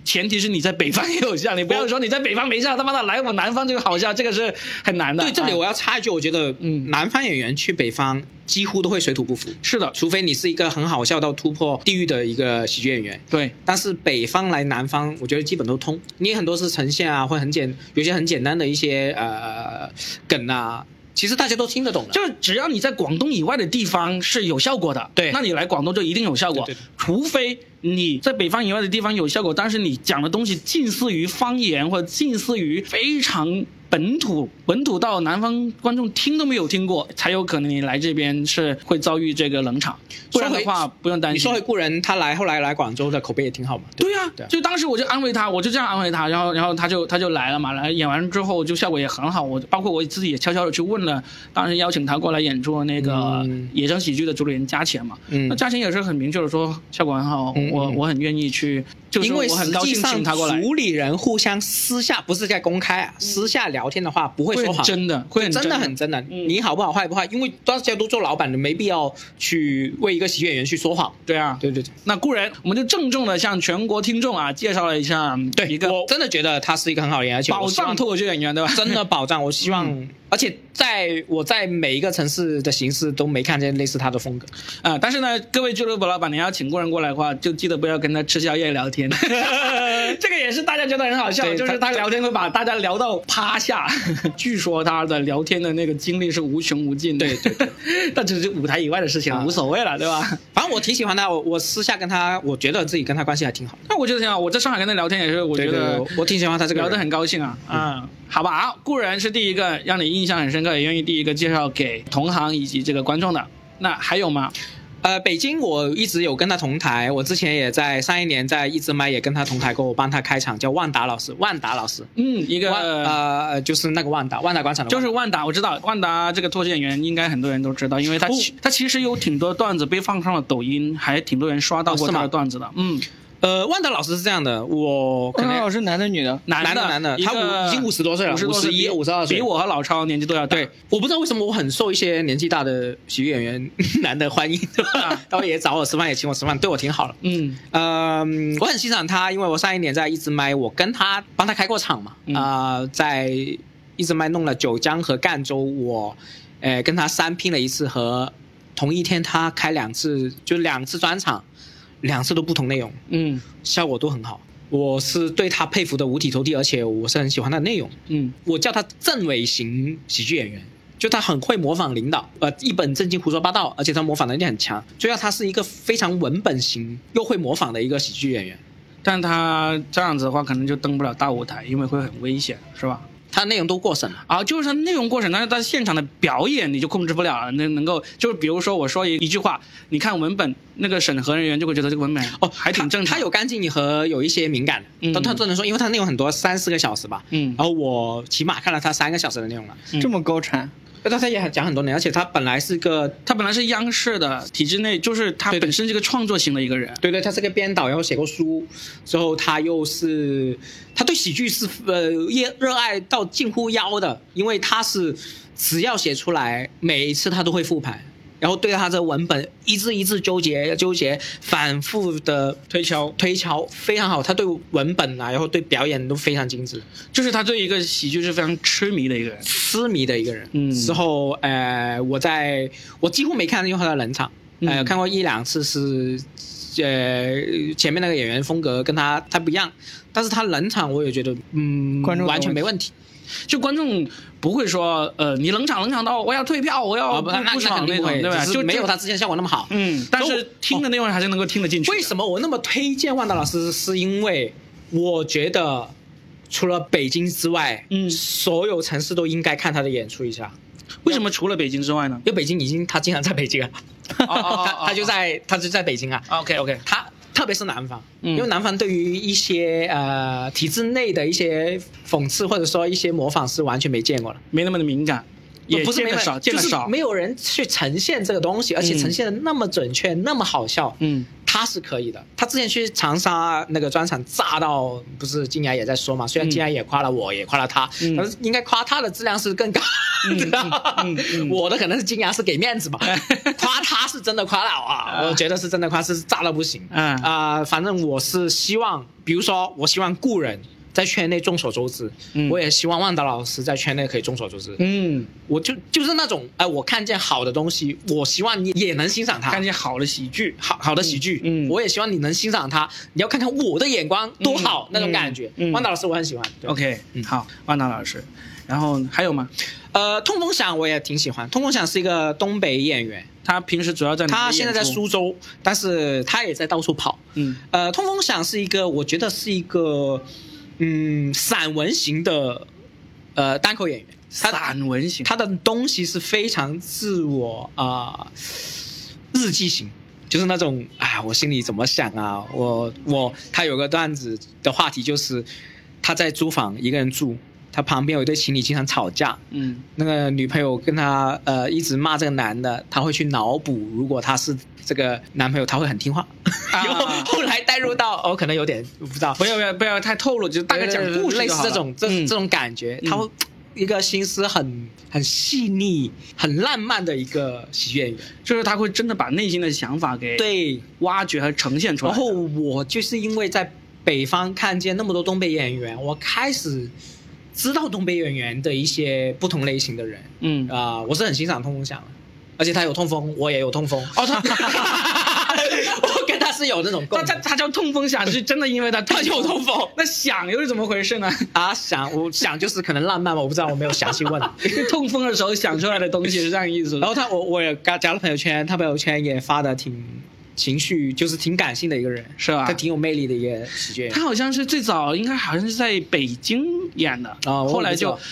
Speaker 1: 前提是你在北方也有效，你不要说你在北方没效，他妈的来我南方这个好笑，这个是很难的。
Speaker 3: 对，这里
Speaker 1: 啊
Speaker 3: 我要插一句，我觉得，
Speaker 1: 嗯
Speaker 3: 嗯，南方演员去北方几乎都会水土不服，
Speaker 1: 是的，
Speaker 3: 除非你是一个很好笑到突破地域的一个喜剧演员。
Speaker 1: 对，
Speaker 3: 但是北方来南方，我觉得基本都通。你很多是呈现啊，或者很简，有些很简单的一些呃梗啊，其实大家都听得懂的。
Speaker 1: 就是只要你在广东以外的地方是有效果的，
Speaker 3: 对
Speaker 1: 那你来广东就一定有效果，
Speaker 3: 对对对
Speaker 1: 除非你在北方以外的地方有效果，但是你讲的东西近似于方言或者近似于非常。本土本土到南方观众听都没有听过，才有可能你来这边是会遭遇这个冷场，不然的话
Speaker 3: 说回
Speaker 1: 不用担心。
Speaker 3: 你说回故人，他来后来来广州的口碑也挺好嘛。
Speaker 1: 对呀、
Speaker 3: 对啊
Speaker 1: 就当时我就安慰他，我就这样安慰他，然后然后他就他就来了嘛，来演完之后就效果也很好，我包括我自己也悄悄的去问了，当时邀请他过来演出的那个
Speaker 3: 嗯
Speaker 1: 野生喜剧的主理人嘉钱嘛，
Speaker 3: 嗯
Speaker 1: 那嘉钱也是很明确的说效果很好，
Speaker 3: 嗯嗯
Speaker 1: 我
Speaker 3: 嗯
Speaker 1: 我很愿意去，就是
Speaker 3: 因
Speaker 1: 我
Speaker 3: 为
Speaker 1: 很
Speaker 3: 实
Speaker 1: 高
Speaker 3: 际
Speaker 1: 兴
Speaker 3: 上
Speaker 1: 请他过来，嗯
Speaker 3: 组里人互相私下不是在公开啊，私下聊天的话不会
Speaker 1: 会
Speaker 3: 说
Speaker 1: 很
Speaker 3: 谎，
Speaker 1: 真的，会很
Speaker 3: 真
Speaker 1: 的
Speaker 3: 的很真的。
Speaker 1: 嗯
Speaker 3: 你好不好，坏不坏，因为大家都做老板的，没必要去为一个喜剧演员去说谎。
Speaker 1: 对啊。
Speaker 3: 对对对，
Speaker 1: 那固然，我们就郑重的向全国听众啊介绍了一下，
Speaker 3: 对
Speaker 1: 一个
Speaker 3: 我真的觉得他是一个很好的演员，而且我
Speaker 1: 宝
Speaker 3: 希望
Speaker 1: 藏脱口秀演员，对吧？
Speaker 3: 真的保障，我希望，
Speaker 1: 嗯
Speaker 3: 而且在我在每一个城市的形式都没看见类似他的风格。
Speaker 1: 啊、但是呢，各位俱乐部老板，你要请过人过来的话，就记得不要跟他吃宵夜聊 天。这个也是大家觉得很好笑，
Speaker 3: 对
Speaker 1: 就是他
Speaker 3: 他
Speaker 1: 聊天会把大家聊到趴 下。据说他的聊天的那个经历是无穷无尽的。
Speaker 3: 对对
Speaker 1: 对， 但只是舞台以外的事情，
Speaker 3: 啊
Speaker 1: 无所谓了，对吧？
Speaker 3: 反正我挺喜欢他，我我私下跟他，我觉得自己跟他关系还挺好。
Speaker 1: 那我觉得挺好，我在上海跟他聊天也是，我觉得
Speaker 3: 我挺喜欢他这个
Speaker 1: 聊
Speaker 3: 人
Speaker 1: 得很高兴啊。嗯，好吧，啊固然是第一个让你印象很深刻，也愿意第一个介绍给同行以及这个观众的。那还有吗？
Speaker 3: 呃，北京我一直有跟他同台，我之前也在上一年在一支麦也跟他同台过，我帮他开场叫万达老师，万达老师，
Speaker 1: 嗯，一个
Speaker 3: 万呃就是那个万达，万达广场的
Speaker 1: 就
Speaker 3: 万达，
Speaker 1: 是万达，我知道万达这个脱口秀演员，应该很多人都知道，因
Speaker 3: 哦
Speaker 1: 为他其、他其实有挺多段子被放上了抖音，还挺多人刷到过
Speaker 3: 哦是
Speaker 1: 他
Speaker 3: 吗
Speaker 1: 的段子的。嗯，
Speaker 3: 呃万达老师是这样的，我可
Speaker 5: 王
Speaker 3: 能
Speaker 5: 老师男的女的？
Speaker 1: 男
Speaker 3: 的男的，
Speaker 1: 一
Speaker 3: 他
Speaker 1: 个
Speaker 3: 五已经五十多岁了，
Speaker 1: 五十
Speaker 3: 五
Speaker 1: 多岁
Speaker 3: 十一、
Speaker 1: 比
Speaker 3: 五十二岁，
Speaker 1: 比我和老超年纪都要大。
Speaker 3: 对，我不知道为什么我很受一些年纪大的喜剧演员 男的欢迎，对吧
Speaker 1: 啊？
Speaker 3: 他们也找我吃饭，也请我吃饭，对我挺好的。
Speaker 1: 嗯，
Speaker 3: 嗯，我很欣赏他，因为我上一年在一直麦，我跟他帮他开过场嘛，
Speaker 1: 嗯
Speaker 3: 啊、在一直麦弄了九江和赣州，我，呃，跟他三拼了一次和同一天他开两次，就两次专场，两次都不同内容，
Speaker 1: 嗯
Speaker 3: 效果都很好。我是对他佩服的五体投地，而且我是很喜欢他的内容。
Speaker 1: 嗯
Speaker 3: 我叫他政委型喜剧演员，就他很会模仿领导，呃，一本正经胡说八道，而且他模仿能力很强，就要他是一个非常文本型又会模仿的一个喜剧演员。
Speaker 1: 但他这样子的话，可能就登不了大舞台，因为会很危险，是吧？
Speaker 3: 他内容都过审了，
Speaker 1: 啊，就是他内容过程，但是他现场的表演你就控制不了了。那能够就是比如说我说一一句话，你看文本那个审核人员就会觉得这个文本
Speaker 3: 哦，
Speaker 1: 还挺正常。
Speaker 3: 他。他有干净和有一些敏感
Speaker 1: 嗯
Speaker 3: 的，但他不能说，因为他内容很多，三四个小时吧。
Speaker 1: 嗯
Speaker 3: 然后我起码看了他三个小时的内容了，
Speaker 1: 嗯
Speaker 5: 这么高产？
Speaker 3: 但呃他也很讲很多年，而且他本来是个。
Speaker 1: 他本来是央视的体制内，就是他
Speaker 3: 对对
Speaker 1: 本身是个创作型的一个人。
Speaker 3: 对对，他是个编导，然后写过书，之后他又是他对喜剧是呃热热爱到近乎妖的，因为他是只要写出来，每一次他都会复盘，然后对他的文本一字一字纠结纠结，反复的推敲推敲，非常好。他对文本啊，然后对表演都非常精致，
Speaker 1: 就是他对一个喜剧是非常痴迷的一个人。
Speaker 3: 痴迷的一个人。
Speaker 1: 嗯
Speaker 3: 之后呃，我在我几乎没看见他的冷场，呃，
Speaker 1: 嗯
Speaker 3: 看过一两次是，呃，前面那个演员风格跟他他不一样，但是他冷场我也觉得，嗯，
Speaker 5: 观众的
Speaker 3: 完全没问题
Speaker 1: 就观众不会说，呃，你冷场冷场到我要退票，我要不
Speaker 3: 那那
Speaker 1: 不
Speaker 3: 那
Speaker 1: 爽
Speaker 3: 肯
Speaker 1: 那
Speaker 3: 定哦啊不
Speaker 1: 种，
Speaker 3: 会，
Speaker 1: 对吧？
Speaker 3: 只
Speaker 1: 就是
Speaker 3: 没有
Speaker 1: 就
Speaker 3: 他之前效果那么好。
Speaker 1: 嗯，但
Speaker 3: 所以
Speaker 1: 是
Speaker 3: 我
Speaker 1: 听的内容还是能够听得进去。
Speaker 3: 为
Speaker 1: 么？
Speaker 3: 什么我那么推荐万达老师？是因为我觉得除了北京之外，
Speaker 1: 嗯
Speaker 3: 所有城市都应该看他的演出一下，
Speaker 1: 为什么除了北京之外呢
Speaker 3: 因为北京已经他经常在北京啊，
Speaker 1: 哦哦哦哦
Speaker 3: 他 他就在他就在北京啊，
Speaker 1: ？OK OK，
Speaker 3: 他特别是南方，
Speaker 1: 嗯
Speaker 3: 因为南方对于一些呃体制内的一些讽刺或者说一些模仿是完全没见过的，
Speaker 1: 没那么的敏感，也
Speaker 3: 不是
Speaker 1: 见
Speaker 3: 没
Speaker 1: 得
Speaker 3: 有
Speaker 1: 少，见
Speaker 3: 就
Speaker 1: 得
Speaker 3: 是
Speaker 1: 少。
Speaker 3: 没有人去呈现这个东西，而且呈现的那么准确，那么好笑。
Speaker 1: 嗯，
Speaker 3: 他是可以的。他之前去长沙那个专场炸到，不是金雅也在说嘛？虽然金雅也夸了我，也夸了他，
Speaker 1: 嗯
Speaker 3: 但是应该夸他的质量是更高的。
Speaker 1: 嗯嗯嗯嗯
Speaker 3: 我的可能是金雅是给面子 嘛，夸他是真的夸了啊，我觉得是真的夸，是炸到不行。
Speaker 1: 嗯
Speaker 3: 啊、反正我是希望，比如说，我希望故人在圈内众所周知，
Speaker 1: 嗯
Speaker 3: 我也希望万达老师在圈内可以众所周知。
Speaker 1: 嗯，
Speaker 3: 我就就是那种，哎、我看见好的东西，我希望你也能欣赏它。
Speaker 1: 看见好的喜剧，
Speaker 3: 好好的喜剧，
Speaker 1: 嗯嗯
Speaker 3: 我也希望你能欣赏它。你要看看我的眼光多
Speaker 1: 嗯
Speaker 3: 好、那种感觉。
Speaker 1: 嗯嗯
Speaker 3: 万达老师我很喜欢。对
Speaker 1: OK，
Speaker 3: 嗯
Speaker 1: 好，万达老师，然后还有吗？
Speaker 3: 呃，通风响我也挺喜欢。通风响是一个东北演员，
Speaker 1: 他平时主要在哪里
Speaker 3: 他现在在
Speaker 1: 演出，
Speaker 3: 苏州，但是他也在到处跑。
Speaker 1: 嗯
Speaker 3: 呃，通风响是一个，我觉得是一个，嗯，散文型的，呃，单口演员。他
Speaker 1: 散文型，
Speaker 3: 他的东西是非常自我啊、日记型，就是那种啊，我心里怎么想啊，我我他有个段子的话题就是他在租房一个人住，他旁边有一对情侣经常吵架，
Speaker 1: 嗯
Speaker 3: 那个女朋友跟他呃一直骂这个男的，他会去脑补，如果他是这个男朋友，他会很听话。
Speaker 1: 啊
Speaker 3: 然后后来带入到哦，可能有点不知道，
Speaker 1: 不要不要不要太透露，就大概讲故事
Speaker 3: 类
Speaker 1: 就
Speaker 3: 似
Speaker 1: 好了
Speaker 3: 这种这
Speaker 1: 嗯
Speaker 3: 这种感觉，
Speaker 1: 嗯
Speaker 3: 他会一个心思很很细腻、很浪漫的一个喜剧演员。
Speaker 1: 就是他会真的把内心的想法给
Speaker 3: 对，
Speaker 1: 挖掘和呈现出来。
Speaker 3: 然后我就是因为在北方看见那么多东北演员，我开始知道东北演员的一些不同类型的人
Speaker 1: 嗯，
Speaker 3: 啊、我是很欣赏通风响的，而且他有痛风，我也有痛风。
Speaker 1: 哦，他
Speaker 3: 我跟他是有那种共
Speaker 1: 他
Speaker 3: 鸣
Speaker 1: 他他叫痛风响，是真的因为他他有痛风，那响又是怎么回事呢？
Speaker 3: 啊，想我想就是可能浪漫吧，我不知道，我没有详细问。
Speaker 1: 痛风的时候想出来的东西是这样意思的。
Speaker 3: 然后他我我也加加了朋友圈，他朋友圈也发的挺情绪，就是挺感性的一个人，
Speaker 1: 是吧
Speaker 3: 他挺有魅力的一个喜剧演员
Speaker 1: 他好像是最早应该好像是在北京演的，
Speaker 3: 哦我
Speaker 1: 后来就
Speaker 3: 不知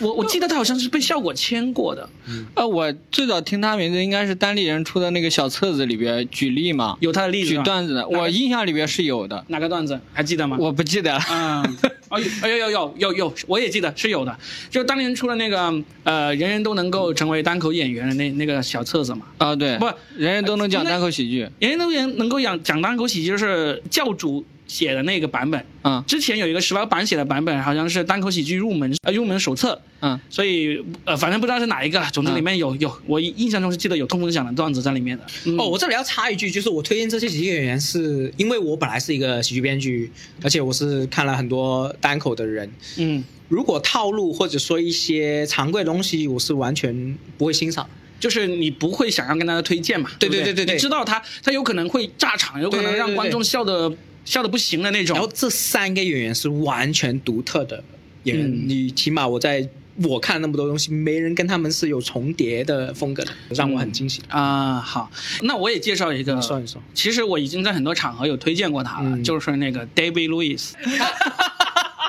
Speaker 1: 我我记得他好像是被效果签过的，
Speaker 5: 呃，我最早听他名字应该是单立人出的那个小册子里边举例嘛，
Speaker 1: 有他的例子
Speaker 5: 举
Speaker 1: 吗
Speaker 5: 段子的，我印象里边是有的，
Speaker 1: 哪个段子还记得吗？
Speaker 5: 我不记得了。
Speaker 1: 嗯， 哦，有有有有有，我也记得是有的，就当年出了那个呃，人人都能够成为单口演员的那那个小册子嘛。
Speaker 5: 啊，对，
Speaker 1: 不
Speaker 5: 人人都能讲
Speaker 1: 那
Speaker 5: 单口喜剧，
Speaker 1: 人人都能能够讲讲单口喜剧，就是教主写的那个版本。
Speaker 5: 嗯
Speaker 1: 之前有一个石老板写的版本，好像是单口喜剧入门呃入门手册，
Speaker 5: 嗯，
Speaker 1: 所以呃反正不知道是哪一个，总之里面有、有，我印象中是记得有通风响的段子在里面的。嗯
Speaker 3: 哦，我这里要插一句，就是我推荐这些喜剧演员是因为我本来是一个喜剧编剧，而且我是看了很多单口的人，
Speaker 1: 嗯，
Speaker 3: 如果套路或者说一些常规的东西，我是完全不会欣赏。
Speaker 1: 就是你不会想要跟大家推荐嘛？
Speaker 3: 对
Speaker 1: 对
Speaker 3: 对
Speaker 1: 不
Speaker 3: 对对对
Speaker 1: 你知道他他有可能会炸场，有可能
Speaker 3: 对对对
Speaker 1: 让
Speaker 3: 对
Speaker 1: 观众笑的笑的不行的那种。
Speaker 3: 然后这三个演员是完全独特的演员，
Speaker 1: 嗯
Speaker 3: 你起码我在我看那么多东西，没人跟他们是有重叠的风格的，让我很惊喜。
Speaker 1: 啊、好，那我也介绍一个，
Speaker 3: 你嗯说你说
Speaker 1: 其实我已经在很多场合有推荐过他了，
Speaker 3: 嗯
Speaker 1: 就是那个 David Lewis，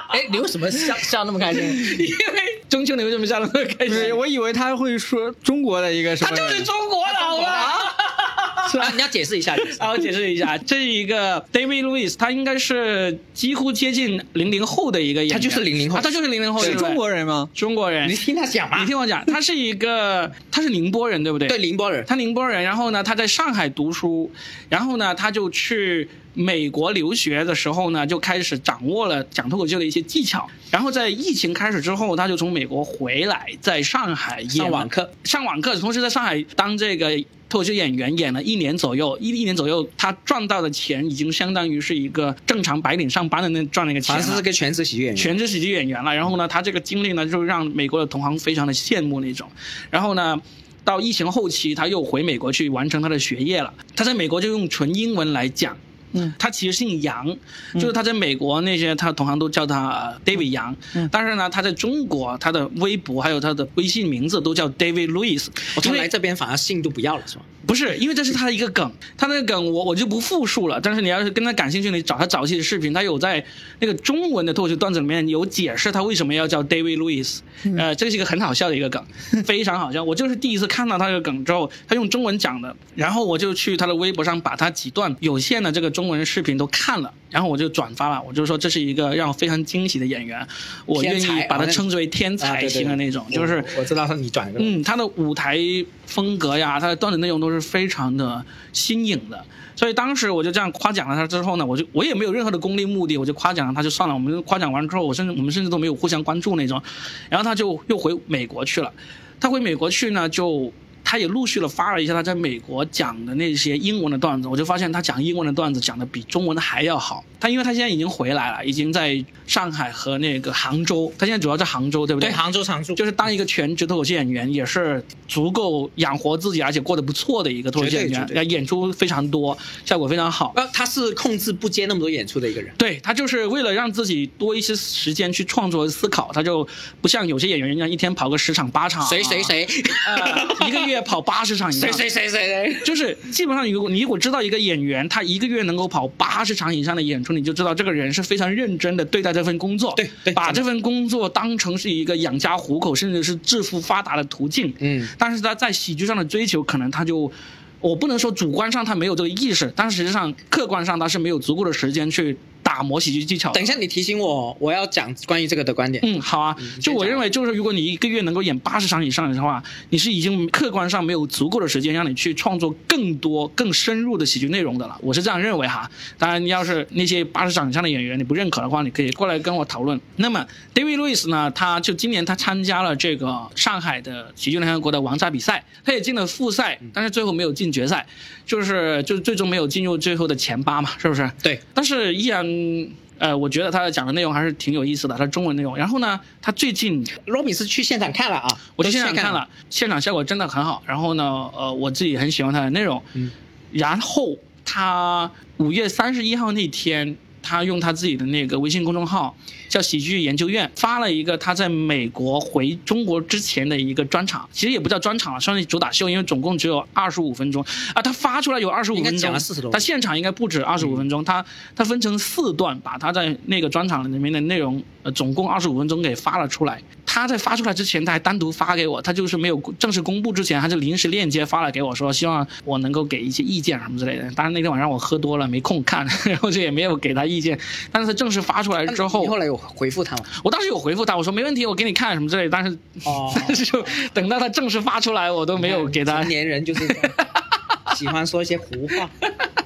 Speaker 3: 哎，你为什么笑笑那么开 心？
Speaker 1: 因为中秋你为什么笑得那么开
Speaker 5: 不是，
Speaker 1: 心？
Speaker 5: 我以为他会说中国的一个什么
Speaker 1: 他
Speaker 5: 人，
Speaker 1: 就是中国的，好吧？
Speaker 3: 啊，你要解释一下，解释一下
Speaker 1: 啊，我解释一下， 这一个 David Lewis，他应该是几乎接近零零后的一个演员，
Speaker 3: 他就是00后
Speaker 1: 啊他就是零零后，
Speaker 5: 是
Speaker 1: 对不对
Speaker 5: 中国人吗？
Speaker 1: 中国人。
Speaker 3: 你听他讲嘛
Speaker 1: 你。听我讲，他是一个，他是宁波人，对不对？
Speaker 3: 对，宁波人，
Speaker 1: 他宁波人，然后呢，他在上海读书，然后呢，他就去美国留学的时候呢，就开始掌握了讲脱口秀的一些技巧。然后在疫情开始之后，他就从美国回来，在上海演
Speaker 3: 上网课，
Speaker 1: 上网课，同时在上海当这个脱口秀演员，演了一年左右。一一年左右，他赚到的钱已经相当于是一个正常白领上班的那赚那个钱
Speaker 3: 反
Speaker 1: 了。
Speaker 3: 正是个全职喜剧演员。
Speaker 1: 全职喜剧演员了。然后呢，他这个经历呢，就让美国的同行非常的羡慕那种。然后呢，到疫情后期，他又回美国去完成他的学业了。他在美国就用纯英文来讲。
Speaker 5: 嗯，
Speaker 1: 他其实姓杨，
Speaker 3: 嗯
Speaker 1: 就是他在美国那些他的同行都叫他呃 David 杨，
Speaker 3: 嗯
Speaker 1: 但是呢，他在中国他的微博还有他的微信名字都叫 David Louis，
Speaker 3: 我
Speaker 1: 因
Speaker 3: 从
Speaker 1: 为
Speaker 3: 来这边反而信度不要了，是吧？
Speaker 1: 不是，因为这是他的一个梗，他那个梗我我就不复述了。但是你要是跟他感兴趣，你找他早期的视频，他有在那个中文的脱口秀段子里面有解释他为什么要叫 David Lewis，呃，
Speaker 3: 嗯
Speaker 1: 这是一个很好笑的一个 梗，非常好笑。我就是第一次看到他这个梗之后，他用中文讲的，然后我就去他的微博上把他几段有限的这个中。中国人视频都看了，然后我就转发了，我就说这是一个让我非常惊喜的演员，我愿
Speaker 3: 天才
Speaker 1: 意把
Speaker 3: 啊
Speaker 1: 他
Speaker 3: 那
Speaker 1: 称之为天
Speaker 3: 啊
Speaker 1: 才
Speaker 3: 对对
Speaker 1: 型的那种，就是
Speaker 3: 我我知道是你转的，
Speaker 1: 嗯，他的舞台风格呀，他的段子内容都是非常的新颖的。所以当时我就这样夸奖了他之后呢，我就我也没有任何的功利目的，我就夸奖了他就算了。我们夸奖完之后，我甚至我们甚至都没有互相关注那种。然后他就又回美国去了。他回美国去呢，就他也陆续的发了一下他在美国讲的那些英文的段子，我就发现他讲英文的段子讲的比中文的还要好。他因为他现在已经回来了，已经在上海和那个杭州，他现在主要在杭州，对不
Speaker 3: 对，杭州常驻
Speaker 1: 就是当一个全职脱口秀演员，也是足够养活自己，而且过得不错的一个脱口秀演员
Speaker 3: 绝，对
Speaker 1: 然后演出非常多，效果非常好。
Speaker 3: 呃，他是控制不接那么多演出的一个人。
Speaker 1: 对他就是为了让自己多一些时间去创作和思考，他就不像有些演员一样一天跑个十场八场啊、
Speaker 3: 谁谁谁，
Speaker 1: 呃， 一个月跑八十场以上
Speaker 3: 啊谁。谁谁谁谁，
Speaker 1: 就是基本上，如果你如果知道一个演员他一个月能够跑八十场以上的演出，你就知道这个人是非常认真的对待这份工作，
Speaker 3: 对对
Speaker 1: 把
Speaker 3: 真的
Speaker 1: 这份工作当成是一个养家糊口甚至是致富发达的途径。
Speaker 3: 嗯，
Speaker 1: 但是他在喜剧上的追求，可能他就。我不能说主观上他没有这个意识，但实际上客观上他是没有足够的时间去打磨喜剧技巧的。
Speaker 3: 等一下你提醒我，我要讲关于这个的观点。
Speaker 1: 嗯，好啊，就我认为，就是如果你一个月能够演八十场以上的话，你是已经客观上没有足够的时间让你去创作更多、更深入的喜剧内容的了。我是这样认为哈。当然，你要是那些八十场以上的演员你不认可的话，你可以过来跟我讨论。那么，David Lewis 呢，他就今年他参加了这个上海的喜剧联合国的王炸比赛，他也进了复赛，但是最后没有进决赛，就是就是最终没有进入最后的前八嘛，是不是？
Speaker 3: 对，
Speaker 1: 但是依然，呃，我觉得他讲的内容还是挺有意思的，他中文内容。然后呢，他最近
Speaker 3: 罗比是去现场看了啊，
Speaker 1: 我
Speaker 3: 都
Speaker 1: 去
Speaker 3: 去
Speaker 1: 现场看
Speaker 3: 看
Speaker 1: 了，，现场效果真的很好。然后呢，呃，我自己很喜欢他的内容。
Speaker 3: 嗯
Speaker 1: 然后呃他五月三十一号那天，他用他自己的那个微信公众号叫喜剧研究院发了一个他在美国回中国之前的一个专场，其实也不叫专场了，算是主打秀，因为总共只有二十五分钟啊。他发出来有二十五
Speaker 3: 应该
Speaker 1: 分
Speaker 3: 讲
Speaker 1: 钟
Speaker 3: 了40多，
Speaker 1: 他现场应该不止二十
Speaker 3: 嗯
Speaker 1: 五分钟，他他分成四段，把他在那个专场里面的内容，呃，总共二十五分钟给发了出来。他在发出来之前，他还单独发给我，他就是没有正式公布之前，他就临时链接发了给我，说希望我能够给一些意见什么之类的。当然那天晚上我喝多了，没空看， 然后就也没有给他意见。但是他正式发出来之
Speaker 3: 你后
Speaker 1: 后，
Speaker 3: 来有回复他吗？
Speaker 1: 我当时有回复他，我说没问题，我给你看什么之类的。但是，
Speaker 3: 哦
Speaker 1: 但是就等到他正式发出来，我都没 有给他
Speaker 3: 成年人就是这样喜欢说一些胡话。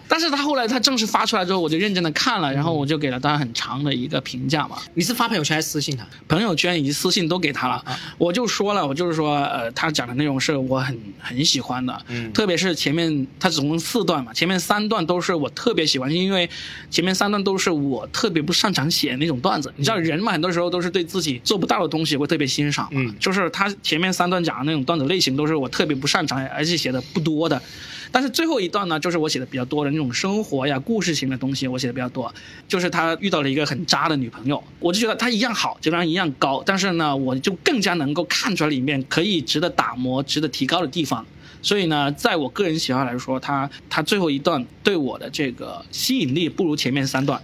Speaker 1: 但是他后来他正式发出来之后，我就认真的看
Speaker 3: 嗯
Speaker 1: 了，然后我就给了他很长的一个评价嘛，
Speaker 3: 你是发朋友圈还是私信他？
Speaker 1: 朋友圈以及私信都给他了。
Speaker 3: 啊
Speaker 1: 我就说了，我就是说，呃，他讲的内容是我很很喜欢的，
Speaker 3: 嗯
Speaker 1: 特别是前面他总共四段嘛，前面三段都是我特别喜欢，因为前面三段都是我特别不擅长写的那种段子。你知
Speaker 3: 嗯
Speaker 1: 道人嘛，很多时候都是对自己做不到的东西会特别欣赏嘛，
Speaker 3: 嗯
Speaker 1: 就是他前面三段讲的那种段子类型都是我特别不擅长，而且写的不多的。但是最后一段呢，就是我写的比较多的那种生活呀、故事型的东西，我写的比较多。就是他遇到了一个很渣的女朋友，我就觉得他一样好，质量一样高，但是呢，我就更加能够看出来里面可以值得打磨、值得提高的地方。所以呢，在我个人喜好来说，他他最后一段对我的这个吸引力不如前面三段。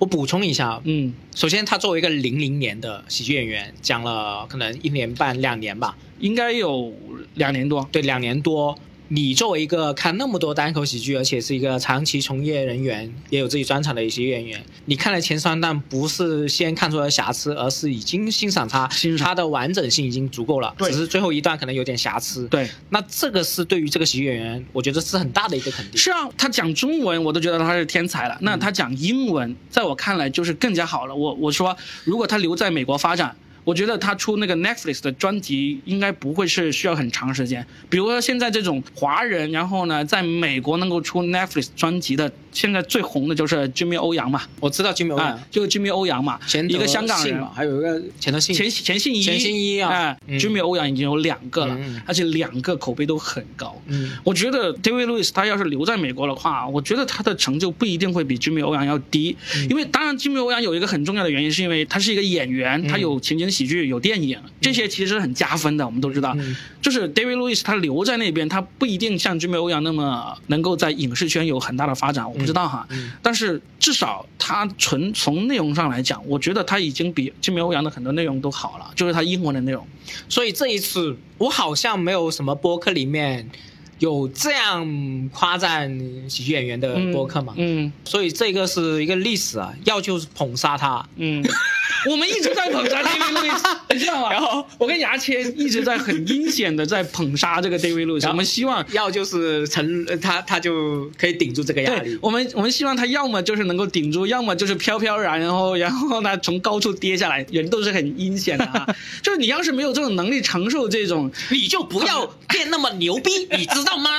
Speaker 3: 我补充一下，
Speaker 1: 嗯，
Speaker 3: 首先他作为一个零零年的喜剧演员，讲了可能一年半两年吧，
Speaker 1: 应该有两年多。
Speaker 3: 对，两年多。你作为一个看那么多单口喜剧，而且是一个长期从业人员，也有自己专场的喜剧演员，你看了前三段，不是先看出了瑕疵，而是已经欣赏它，
Speaker 1: 欣赏
Speaker 3: 它的完整性已经足够了，
Speaker 1: 对
Speaker 3: 只是最后一段可能有点瑕疵。，
Speaker 1: 对，
Speaker 3: 那这个是对于这个喜剧演员，我觉得是很大的一个肯定。
Speaker 1: 是啊，他讲中文我都觉得他是天才了。
Speaker 3: 嗯
Speaker 1: 那他讲英文，在我看来就是更加好了。我我说，如果他留在美国发展，我觉得他出那个 Netflix 的专辑应该不会是需要很长时间。比如说现在这种华人，然后呢，在美国能够出 Netflix 专辑的，现在最红的就是 Jimmy 欧阳嘛，
Speaker 3: 我知道金牛
Speaker 1: 啊，就是 Jimmy 欧阳嘛，
Speaker 3: 前
Speaker 1: 一个香港
Speaker 3: 信
Speaker 1: 人
Speaker 3: 嘛，，还有一个钱德信，
Speaker 1: 钱钱信一，
Speaker 3: 钱信一啊
Speaker 1: 哎
Speaker 3: 嗯
Speaker 1: ，Jimmy 欧阳已经有两个了
Speaker 3: 嗯嗯，
Speaker 1: 而且两个口碑都很高。
Speaker 3: 嗯，
Speaker 1: 我觉得 David Lewis 他要是留在美国的话，我觉得他的成就不一定会比 Jimmy 欧阳要低，
Speaker 3: 嗯
Speaker 1: 因为当然 Jimmy 欧阳有一个很重要的原因，是因为他是一个演员，
Speaker 3: 嗯
Speaker 1: 他有情景喜剧，有电影，这些其实是很加分的。我们都知道
Speaker 3: 嗯，
Speaker 1: 就是 David Lewis 他留在那边，他不一定像 Jimmy 欧阳那么能够在影视圈有很大的发展，我不知道哈。
Speaker 3: 嗯
Speaker 1: 但是至少他纯从内容上来讲，我觉得他已经比 Jimmy 欧阳的很多内容都好了，就是他英文的内容。
Speaker 3: 所以这一次我好像没有什么播客里面有这样夸赞喜剧演员的播客吗？
Speaker 1: 嗯
Speaker 3: 所以这个是一个历史啊，要就是捧杀他，
Speaker 1: 嗯， 我们一直在捧杀 David Lewis，你知道吗？
Speaker 3: 然后
Speaker 1: 我跟牙签一直在很阴险的在捧杀这个 David Lewis，
Speaker 3: 然后
Speaker 1: 我们希望。
Speaker 3: 要就是成呃他他就可以顶住这个压
Speaker 1: 对
Speaker 3: 力。
Speaker 1: 我们，我们希望他要么就是能够顶住，要么就是飘飘然，然后然后呢从高处跌下来，人都是很阴险的啊。 就是你要是没有这种能力承受这种，
Speaker 3: 你就不 要变那么牛 逼，你知道吗？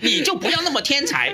Speaker 3: 你就不要那么天 才。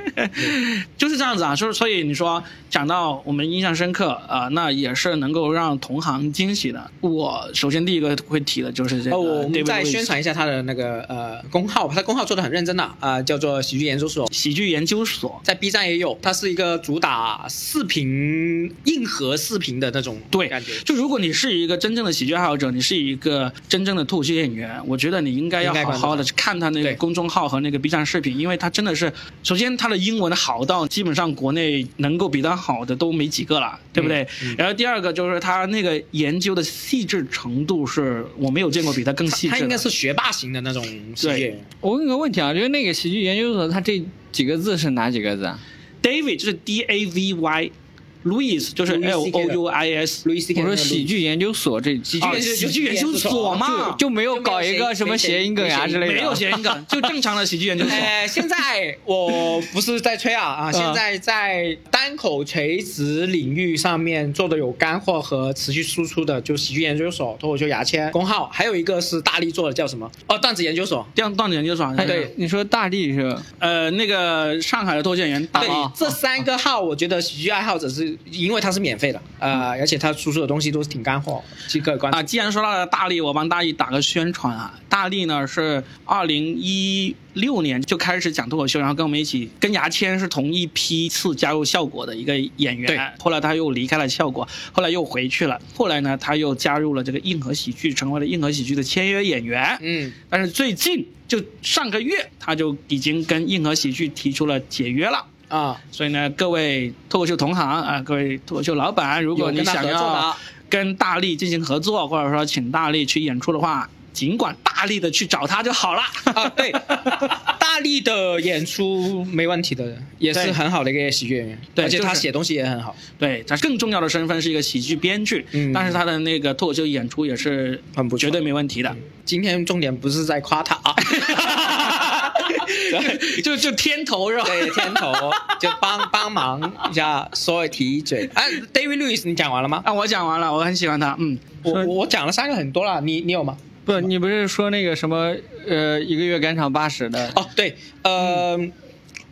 Speaker 1: 就是这样子啊。所以所以你说讲到我们印象深刻啊、那也是能够让同行惊喜的。我首先第一个会提的就是这个
Speaker 3: 哦，我
Speaker 1: David
Speaker 3: 们再
Speaker 1: Lewis
Speaker 3: 宣传一下他的那个呃公号吧，他公号做的很认真的啊、呃叫做喜剧研究所。
Speaker 1: 喜剧研究所，
Speaker 3: 在 B 站也有，它是一个主打视频硬核视频的那种
Speaker 1: 对
Speaker 3: 感觉，，
Speaker 1: 就如果你是一个真正的喜剧爱好者，你是一个真正的脱口秀演员，我觉得你应该要
Speaker 3: 应该
Speaker 1: 好
Speaker 3: 关注
Speaker 1: 好的去看他那个
Speaker 3: 对
Speaker 1: 公众号和那个 B 站视频，因为他真的是，首先他的英文好到基本上国内能够比他好的都没几个了，对不对？
Speaker 3: 嗯
Speaker 1: 然后第二个就是他那个研究的细致程度是我没有见过比他更细致的。
Speaker 3: 它应该是学霸型的那种喜剧演员。
Speaker 5: 我问个问题啊，就是那个喜剧研究所，它这几个字是哪几个字啊？
Speaker 1: David 就是 D A V Y。Louis 就是
Speaker 3: Louis
Speaker 1: L
Speaker 3: CK
Speaker 1: O U I S，
Speaker 3: 路易斯，
Speaker 5: 我说喜剧研究所这喜
Speaker 1: 啊喜剧研究所嘛，
Speaker 5: 就没有搞一个什么谐音梗啊之类的，
Speaker 1: 没有谐音梗，就正常的喜剧研究 所。
Speaker 3: 呃，现在我不是在吹啊啊，现在
Speaker 1: 嗯
Speaker 3: 在单口垂直领域上面做的有干货和持续输出的，就喜剧研究所、脱口秀牙签公号，还有一个是大力做的叫什么？哦，段子研究所。
Speaker 1: 这样段子研究所，
Speaker 5: 哎。
Speaker 3: 对
Speaker 5: 你说大力是吧？
Speaker 1: 呃，那个上海的脱口秀演员大
Speaker 3: 对
Speaker 1: 猫，，
Speaker 3: 这三个号，我觉得喜剧爱好者是因为它是免费的，呃，而且它输出的东西都是挺干货，即可观
Speaker 1: 啊，既然说到了大力，我帮大力打个宣传啊。大力呢是二零一六年就开始讲脱口秀，然后跟我们一起跟牙签是同一批次加入效果的一个演
Speaker 3: 对
Speaker 1: 员。后来他又离开了效果，后来又回去了，后来呢他又加入了这个硬核喜剧，成为了硬核喜剧的签约演员。
Speaker 3: 嗯，
Speaker 1: 但是最近就上个月，他就已经跟硬核喜剧提出了解约了。
Speaker 3: 啊，
Speaker 1: 所以呢，各位脱口秀同行啊，各位脱口秀老板，如果
Speaker 3: 有
Speaker 1: 你
Speaker 3: 跟他
Speaker 1: 想
Speaker 3: 合作的
Speaker 1: 要
Speaker 3: 啊
Speaker 1: 跟大力进行合作，或者说请大力去演出的话，尽管大力的去找他就好了。
Speaker 3: 啊，对，大力的演出没问题的，也是
Speaker 1: 对
Speaker 3: 很好的一个喜剧演员，
Speaker 1: 对
Speaker 3: 而且他
Speaker 1: 就是
Speaker 3: 写东西也很好。
Speaker 1: 对他更重要的身份是一个喜剧编剧，
Speaker 3: 嗯
Speaker 1: 但是他的那个脱口秀演出也是
Speaker 3: 很不错
Speaker 1: 绝对没问题的。
Speaker 3: 今天重点不是在夸他 啊，
Speaker 1: 就就天头是吧？
Speaker 3: 对天头就帮帮忙一下，说提一嘴。哎、d a v i d Lewis，你讲完了吗？
Speaker 1: 啊，我讲完了，我很喜欢他，嗯，
Speaker 3: 我我我讲了三个很多了，你你有吗？
Speaker 5: 不，你不是说那个什么呃，一个月赶场八十的？
Speaker 3: 哦，对，呃，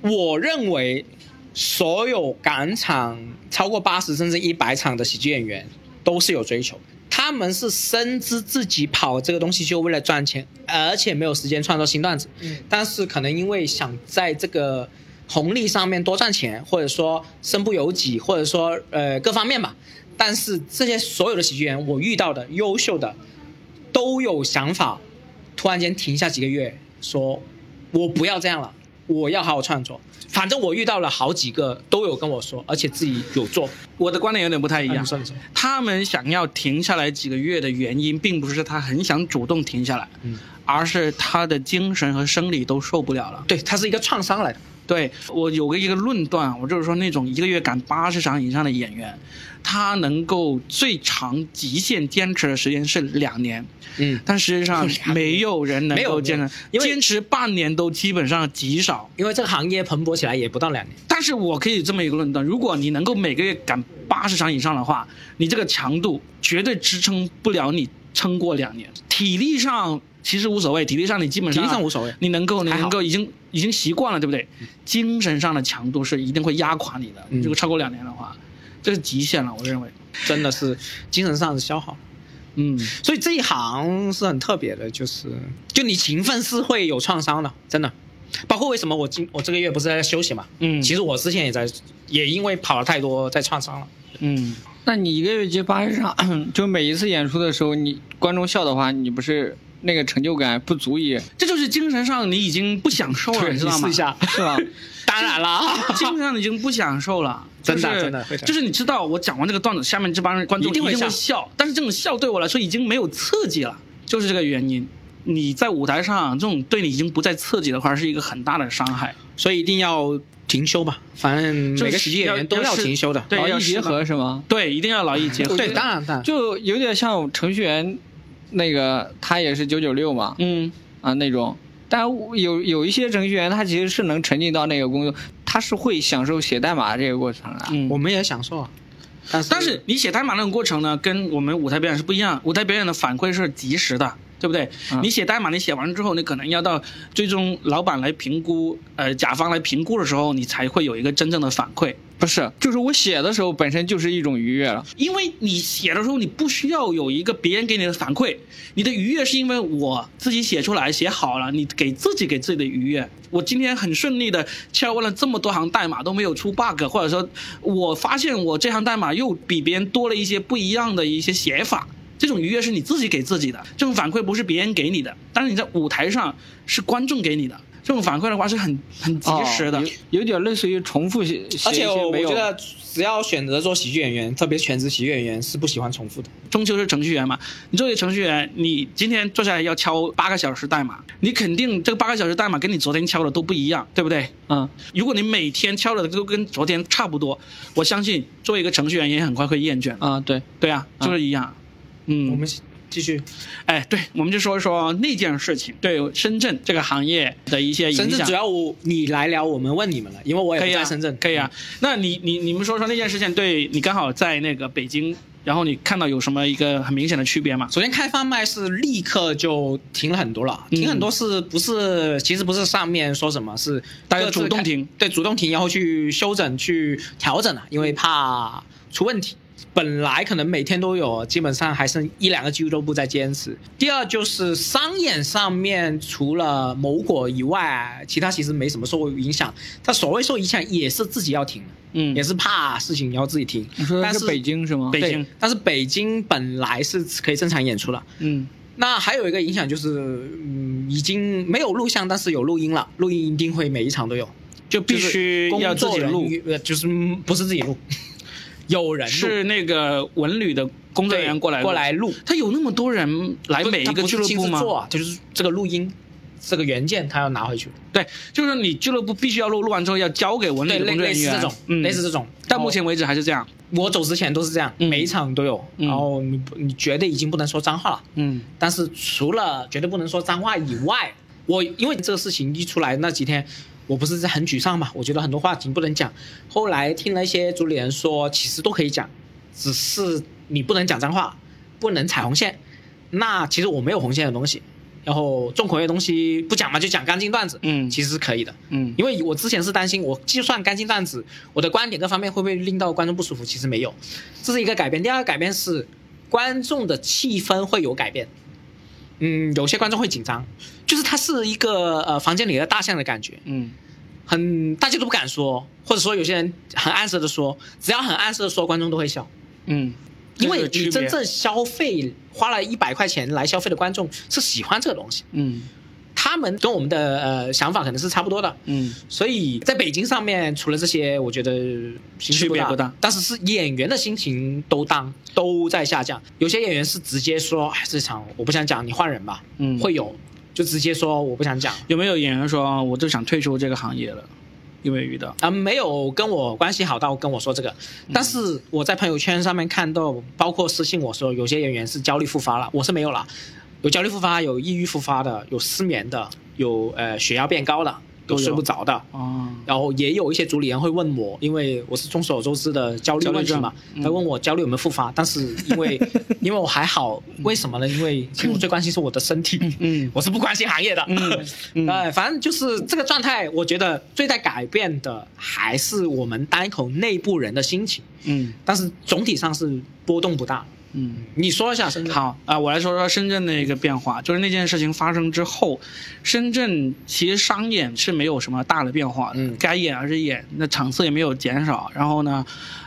Speaker 3: 我认为所有赶场超过八十甚至一百场的喜剧演员都是有追求的，他们是深知自己跑这个东西就为了赚钱，而且没有时间创造新段子。嗯，但是可能因为想在这个红利上面多赚钱，或者说身不由己，或者说呃各方面吧。但是这些所有的喜剧人，我遇到的优秀的都有想法，突然间停下几个月，说我不要这样了，我要好好创作。反正我遇到了好几个都有跟我说，而且自己有做。
Speaker 1: 我的观点有点不太一
Speaker 3: 啊
Speaker 1: 样
Speaker 3: 你。说你说
Speaker 1: 他们想要停下来几个月的原因，并不是他很想主动停下来，
Speaker 3: 嗯
Speaker 1: 而是他的精神和生理都受不了了。
Speaker 3: 对，它是一个创伤来的。
Speaker 1: 对我有个一个论断，我就是说那种一个月赶八十场以上的演员，他能够最长极限坚持的时间是两年，
Speaker 3: 嗯，
Speaker 1: 但实际上没有人能
Speaker 3: 没有
Speaker 1: 够坚
Speaker 3: 没
Speaker 1: 持
Speaker 3: 有，因为
Speaker 1: 坚持半年都基本上极少。
Speaker 3: 因为这个行业蓬勃起来也不到两年。
Speaker 1: 但是我可以这么一个论断：如果你能够每个月赶八十场以上的话，你这个强度绝对支撑不了你撑过两年。体力上其实无所谓，体力上你基本上
Speaker 3: 体力上无所谓
Speaker 1: 你能够你
Speaker 3: 还好
Speaker 1: 能够已经已经习惯了，对不对？精神上的强度是一定会压垮你的。
Speaker 3: 嗯
Speaker 1: 如果超过两年的话，这是极限了，我认为。
Speaker 3: 真的是精神上的消耗，
Speaker 1: 嗯，
Speaker 3: 所以这一行是很特别的，就是就你勤奋是会有创伤的，真的。包括为什么我今我这个月不是在休息嘛，
Speaker 1: 嗯
Speaker 3: 其实我之前也在，也因为跑了太多在创伤了。
Speaker 1: 嗯，
Speaker 5: 那你一个月接八十场， 就每一次演出的时候，你观众笑的话，你不是那个成就感不足以
Speaker 1: 这就是精神上你已经不享受了，
Speaker 3: 对
Speaker 1: 你知道吗？
Speaker 3: 你试一下
Speaker 5: 是 吧？
Speaker 3: 当然了 啊，
Speaker 1: 基本上已经不享受了，
Speaker 3: 真的
Speaker 1: 就是
Speaker 3: 真的会的
Speaker 1: 就是你知道，我讲完这个段子，下面这帮人观众
Speaker 3: 一定会
Speaker 1: 会
Speaker 3: 笑
Speaker 1: 笑，但是这种笑对我来说已经没有刺激了，就是这个原因。你在舞台上这种对你已经不再刺激的话，是一个很大的伤害。
Speaker 3: 所以一定要停休吧，反正每个喜剧演员都
Speaker 1: 要
Speaker 3: 要停休的。
Speaker 1: 对，
Speaker 5: 劳
Speaker 1: 要
Speaker 5: 逸
Speaker 1: 适
Speaker 5: 结合是吗？
Speaker 1: 对，一定要劳逸结合。
Speaker 3: 哦对，当然当然，
Speaker 5: 就有点像程序员，那个他也是九九六嘛，
Speaker 1: 嗯，
Speaker 5: 啊那种。但我有有一些程序员，他其实是能沉浸到那个工作，他是会享受写代码这个过程的。
Speaker 1: 嗯
Speaker 3: 我们也享受啊，但是
Speaker 1: 但是你写代码那种过程呢，跟我们舞台表演是不一样。舞台表演的反馈是及时的，对不对？
Speaker 5: 嗯
Speaker 1: 你写代码，你写完之后，你可能要到最终老板来评估，呃，甲方来评估的时候，你才会有一个真正的反馈。
Speaker 5: 不是，就是我写的时候本身就是一种愉悦了。
Speaker 1: 因为你写的时候，你不需要有一个别人给你的反馈，你的愉悦是因为我自己写出来写好了，你给自己给自己的愉悦。我今天很顺利的敲完了这么多行代码都没有出 bug，或者说我发现我这行代码又比别人多了一些不一样的一些写法，这种愉悦是你自己给自己的，这种反馈不是别人给你的，但是你在舞台上是观众给你的，这种反馈的话是很很及时的。
Speaker 5: 哦有有点类似于重复写，写
Speaker 3: 而
Speaker 5: 一
Speaker 3: 且
Speaker 5: 些
Speaker 3: 我
Speaker 5: 没有
Speaker 3: 觉得，只要选择做喜剧演员，特别是全职喜剧演员，是不喜欢重复的。
Speaker 1: 终究是程序员嘛。你作为程序员，你今天坐下来要敲八个小时代码，你肯定这个八个小时代码跟你昨天敲的都不一样，对不对？
Speaker 5: 嗯，
Speaker 1: 如果你每天敲的都跟昨天差不多，我相信作为一个程序员也很快会厌倦。
Speaker 5: 啊，对，
Speaker 1: 对啊，就是一样。嗯，
Speaker 3: 我们继续，
Speaker 1: 哎，对，我们就说一说那件事情对深圳这个行业的一些
Speaker 3: 深
Speaker 1: 影
Speaker 3: 圳
Speaker 1: 响
Speaker 3: 主。要我你来聊，我们问你们了，因为我也
Speaker 1: 可以
Speaker 3: 不
Speaker 1: 啊，
Speaker 3: 在深圳，
Speaker 1: 可以啊。那你你你们说说那件事情对你刚好在那个北京，然后你看到有什么一个很明显的区别吗？
Speaker 3: 首先开放麦是立刻就停了很多了，
Speaker 1: 嗯
Speaker 3: 停很多是不是？其实不是上面说什么，是
Speaker 1: 大家
Speaker 3: 各自
Speaker 1: 主动
Speaker 3: 开
Speaker 1: 停，
Speaker 3: 对，主动停，然后去修整、去调整啊，因为怕出问题。本来可能每天都有，基本上还剩一两个俱乐部在坚持。第二就是商演上面，除了某果以外，其他其实没什么受影响。他所谓受影响也是自己要停的，
Speaker 1: 嗯
Speaker 3: 也是怕事情要自己停。
Speaker 5: 你说的
Speaker 3: 但
Speaker 5: 是
Speaker 3: 是
Speaker 5: 北京是吗？
Speaker 1: 北
Speaker 3: 对
Speaker 1: 京
Speaker 3: 但是北京本来是可以正常演出了。
Speaker 1: 嗯
Speaker 3: 那还有一个影响就是，嗯，已经没有录像，但是有录音了，录音一定会每一场都有，就
Speaker 1: 必须要自己录，
Speaker 3: 呃，就是嗯不是自己录， 有人录
Speaker 1: 是那个文旅的工作人员
Speaker 3: 对
Speaker 1: 过来
Speaker 3: 过来录，
Speaker 1: 他有那么多人来每一
Speaker 3: 他
Speaker 1: 个
Speaker 3: 不
Speaker 1: 俱
Speaker 3: 是
Speaker 1: 乐
Speaker 3: 亲
Speaker 1: 部
Speaker 3: 自
Speaker 1: 吗？
Speaker 3: 做啊，就是这个录音，这个原件他要拿回去，
Speaker 1: 对，就是你俱乐部必须要录，录完之后要交给文旅
Speaker 3: 对，
Speaker 1: 的
Speaker 3: 类
Speaker 1: 工作
Speaker 3: 类
Speaker 1: 人
Speaker 3: 似
Speaker 1: 员。
Speaker 3: 这种，
Speaker 1: 嗯，
Speaker 3: 类似这种。
Speaker 1: 到目前为止还是这样。
Speaker 3: 我走之前都是这样，
Speaker 1: 嗯
Speaker 3: 每一场都有，
Speaker 1: 嗯
Speaker 3: 然后你不你觉得已经不能说脏话了，
Speaker 1: 嗯
Speaker 3: 但是除了绝对不能说脏话以外，我因为这个事情一出来那几天，我不是在很沮丧嘛，我觉得很多话题不能讲。后来听了一些主理人说，其实都可以讲，只是你不能讲脏话，不能踩红线。那其实我没有红线的东西，然后重口味的东西不讲嘛，就讲干净段子，
Speaker 1: 嗯
Speaker 3: 其实是可以的。
Speaker 1: 嗯
Speaker 3: 因为我之前是担心，我就算干净段子，我的观点各方面会不会令到观众不舒服？其实没有，这是一个改变。第二个改变是观众的气氛会有改变。嗯，有些观众会紧张，就是它是一个呃房间里的大象的感觉，
Speaker 1: 嗯
Speaker 3: 很大家都不敢说，或者说有些人很暗示的说，只要很暗示的说，观众都会笑。
Speaker 1: 嗯，
Speaker 3: 因为
Speaker 1: 这个区
Speaker 3: 你
Speaker 1: 别
Speaker 3: 真正消费花了一百块钱来消费的观众是喜欢这个东西，
Speaker 1: 嗯
Speaker 3: 他们跟我们的呃想法可能是差不多的，
Speaker 1: 嗯
Speaker 3: 所以在北京上面，除了这些，我觉得形式
Speaker 1: 区别不大
Speaker 3: 但是是演员的心情都当都在下降。有些演员是直接说，哎，这场我不想讲，你换人吧。
Speaker 1: 嗯
Speaker 3: 会有就直接说我不想讲
Speaker 1: 有没有演员说哦我就想退出这个行业了？有没有遇到？
Speaker 3: 啊、没有跟我关系好到跟我说这个。
Speaker 1: 嗯
Speaker 3: 但是我在朋友圈上面看到，包括私信我说，有些演员是焦虑复发了，我是没有了。有焦虑复发，有抑郁复发的，有失眠的，有呃血压变高的，
Speaker 1: 都
Speaker 3: 有
Speaker 1: 有
Speaker 3: 睡不着的，
Speaker 1: 哦，
Speaker 3: 然后也有一些主理人会问我，因为我是众所周知的焦虑问题
Speaker 1: 焦
Speaker 3: 嘛
Speaker 1: 虑症嗯，
Speaker 3: 他问我焦虑有没有复发，但是因为因为我还好，为什么呢？因为其实我最关心是我的身体，
Speaker 1: 嗯
Speaker 3: 我是不关心行业的，
Speaker 1: 嗯
Speaker 3: 哎，反正就是这个状态，我觉得最在改变的还是我们单口内部人的心情，
Speaker 1: 嗯
Speaker 3: 但是总体上是波动不大。
Speaker 1: 嗯。
Speaker 3: 你说一下，深圳
Speaker 1: 好啊、我来说说深圳的一个变化，就是那件事情发生之后，深圳其实商演是没有什么大的变化的，
Speaker 3: 嗯
Speaker 1: 该演还是演，那场次也没有减少，然后呢，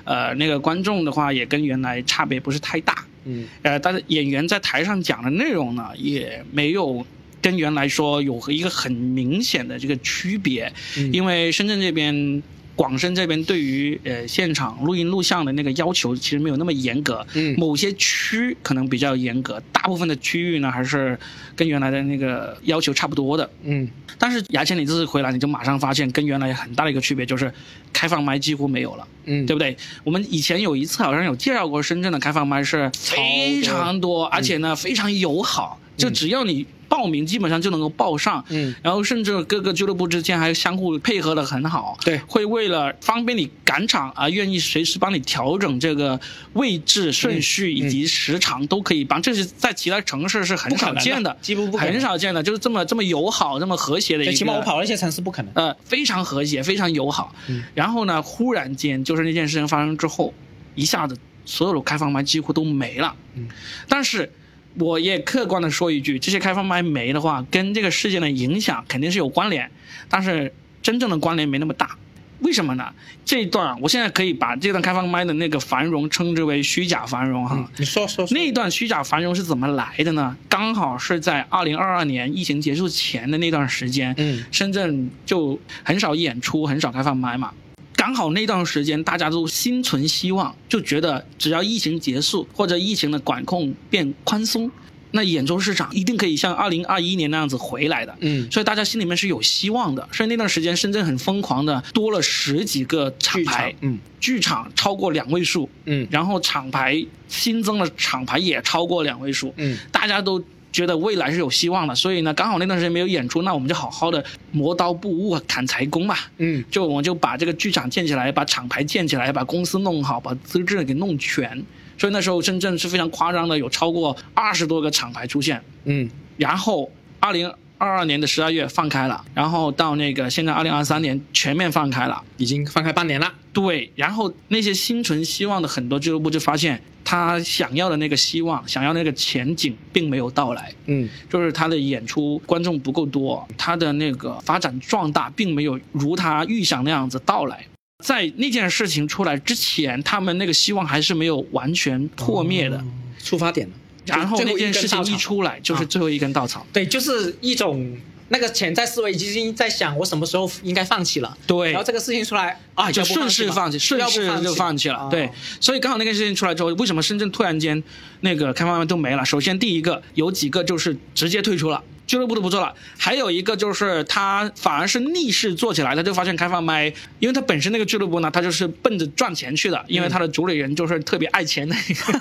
Speaker 1: 呃，那个观众的话也跟原来差别不是太大，
Speaker 3: 嗯，
Speaker 1: 呃，但是演员在台上讲的内容呢，也没有跟原来说有一个很明显的这个区别，
Speaker 3: 嗯
Speaker 1: 因为深圳这边。广深这边对于呃现场录音录像的那个要求其实没有那么严格，
Speaker 3: 嗯
Speaker 1: 某些区可能比较严格，大部分的区域呢还是跟原来的那个要求差不多的。
Speaker 3: 嗯
Speaker 1: 但是牙签你这次回来，你就马上发现跟原来很大的一个区别就是开放麦几乎没有了。
Speaker 3: 嗯，
Speaker 1: 对不对？我们以前有一次好像有介绍过，深圳的开放麦是非常多，
Speaker 3: 嗯
Speaker 1: 而且呢非常友好，就只要你报名，基本上就能够报上。
Speaker 3: 嗯，
Speaker 1: 然后甚至各个俱乐部之间还相互配合的很好，
Speaker 3: 对
Speaker 1: 会为了方便你赶场而愿意随时帮你调整这个位置顺序以及时长，都可以帮。这是在其他城市是很
Speaker 3: 嗯不可
Speaker 1: 少
Speaker 3: 能的
Speaker 1: 见的，
Speaker 3: 几乎不可能
Speaker 1: 很少见的，就是这么这么友好、这么和谐的一个。
Speaker 3: 最起码我跑了一些城市不可能。
Speaker 1: 呃，非常和谐，非常友好。
Speaker 3: 嗯
Speaker 1: 然后呢，忽然间就是那件事情发生之后，一下子所有的开放麦几乎都没了。
Speaker 3: 嗯，
Speaker 1: 但是我也客观的说一句，这些开放麦没的话，跟这个事件的影响肯定是有关联，但是真正的关联没那么大。为什么呢？这一段我现在可以把这段开放麦的那个繁荣称之为虚假繁荣哈。
Speaker 3: 嗯，你说说说
Speaker 1: 那一段虚假繁荣是怎么来的呢？刚好是在二零二二年疫情结束前的那段时间，
Speaker 3: 嗯，
Speaker 1: 深圳就很少演出，很少开放麦嘛。刚好那段时间，大家都心存希望，就觉得只要疫情结束或者疫情的管控变宽松，那演出市场一定可以像二零二一年那样子回来的。
Speaker 3: 嗯
Speaker 1: 所以大家心里面是有希望的。所以那段时间，深圳很疯狂的多了十几个厂
Speaker 3: 剧场
Speaker 1: 牌，，
Speaker 3: 嗯
Speaker 1: 剧场超过两位数，
Speaker 3: 嗯
Speaker 1: 然后厂牌新增的厂牌也超过两位数，
Speaker 3: 嗯
Speaker 1: 大家都觉得未来是有希望的，所以呢，刚好那段时间没有演出，那我们就好好的磨刀不误啊，砍柴工吧。
Speaker 3: 嗯
Speaker 1: 就我们就把这个剧场建起来，把厂牌建起来，把公司弄好，把资质给弄全。所以那时候深圳是非常夸张的，有超过二十多个厂牌出现。
Speaker 3: 嗯
Speaker 1: 然后二零二二年的十二月放开了，然后到那个现在二零二三年全面放开了。
Speaker 3: 已经放开半年了。
Speaker 1: 对，然后那些心存希望的很多俱乐部就发现，他想要的那个希望，想要那个前景，并没有到来。
Speaker 3: 嗯
Speaker 1: 就是他的演出观众不够多，他的那个发展壮大并没有如他预想那样子到来。在那件事情出来之前，他们那个希望还是没有完全破灭的。
Speaker 3: 出发点了。
Speaker 1: 然后
Speaker 3: 就嗯最
Speaker 1: 那
Speaker 3: 一根
Speaker 1: 件事情
Speaker 3: 稻草啊
Speaker 1: 一出来，就是最后一根稻草。
Speaker 3: 对，就是一种那个潜在思维已经在想我什么时候应该放弃了。
Speaker 1: 对
Speaker 3: 然后这个事情出来
Speaker 1: 啊，就
Speaker 3: 要不
Speaker 1: 顺势放弃，
Speaker 3: 吧
Speaker 1: 顺
Speaker 3: 要不
Speaker 1: 势就放弃了。对
Speaker 3: 哦，
Speaker 1: 所以刚好那个事情出来之后，为什么深圳突然间那个开放麦都没了？首先第一个有几个就是直接退出了。俱乐部都不做了，还有一个就是他反而是逆势做起来，他就发现开放麦，因为他本身那个俱乐部呢，他就是奔着赚钱去的，
Speaker 3: 嗯
Speaker 1: 因为他的主理人就是特别爱钱的一个，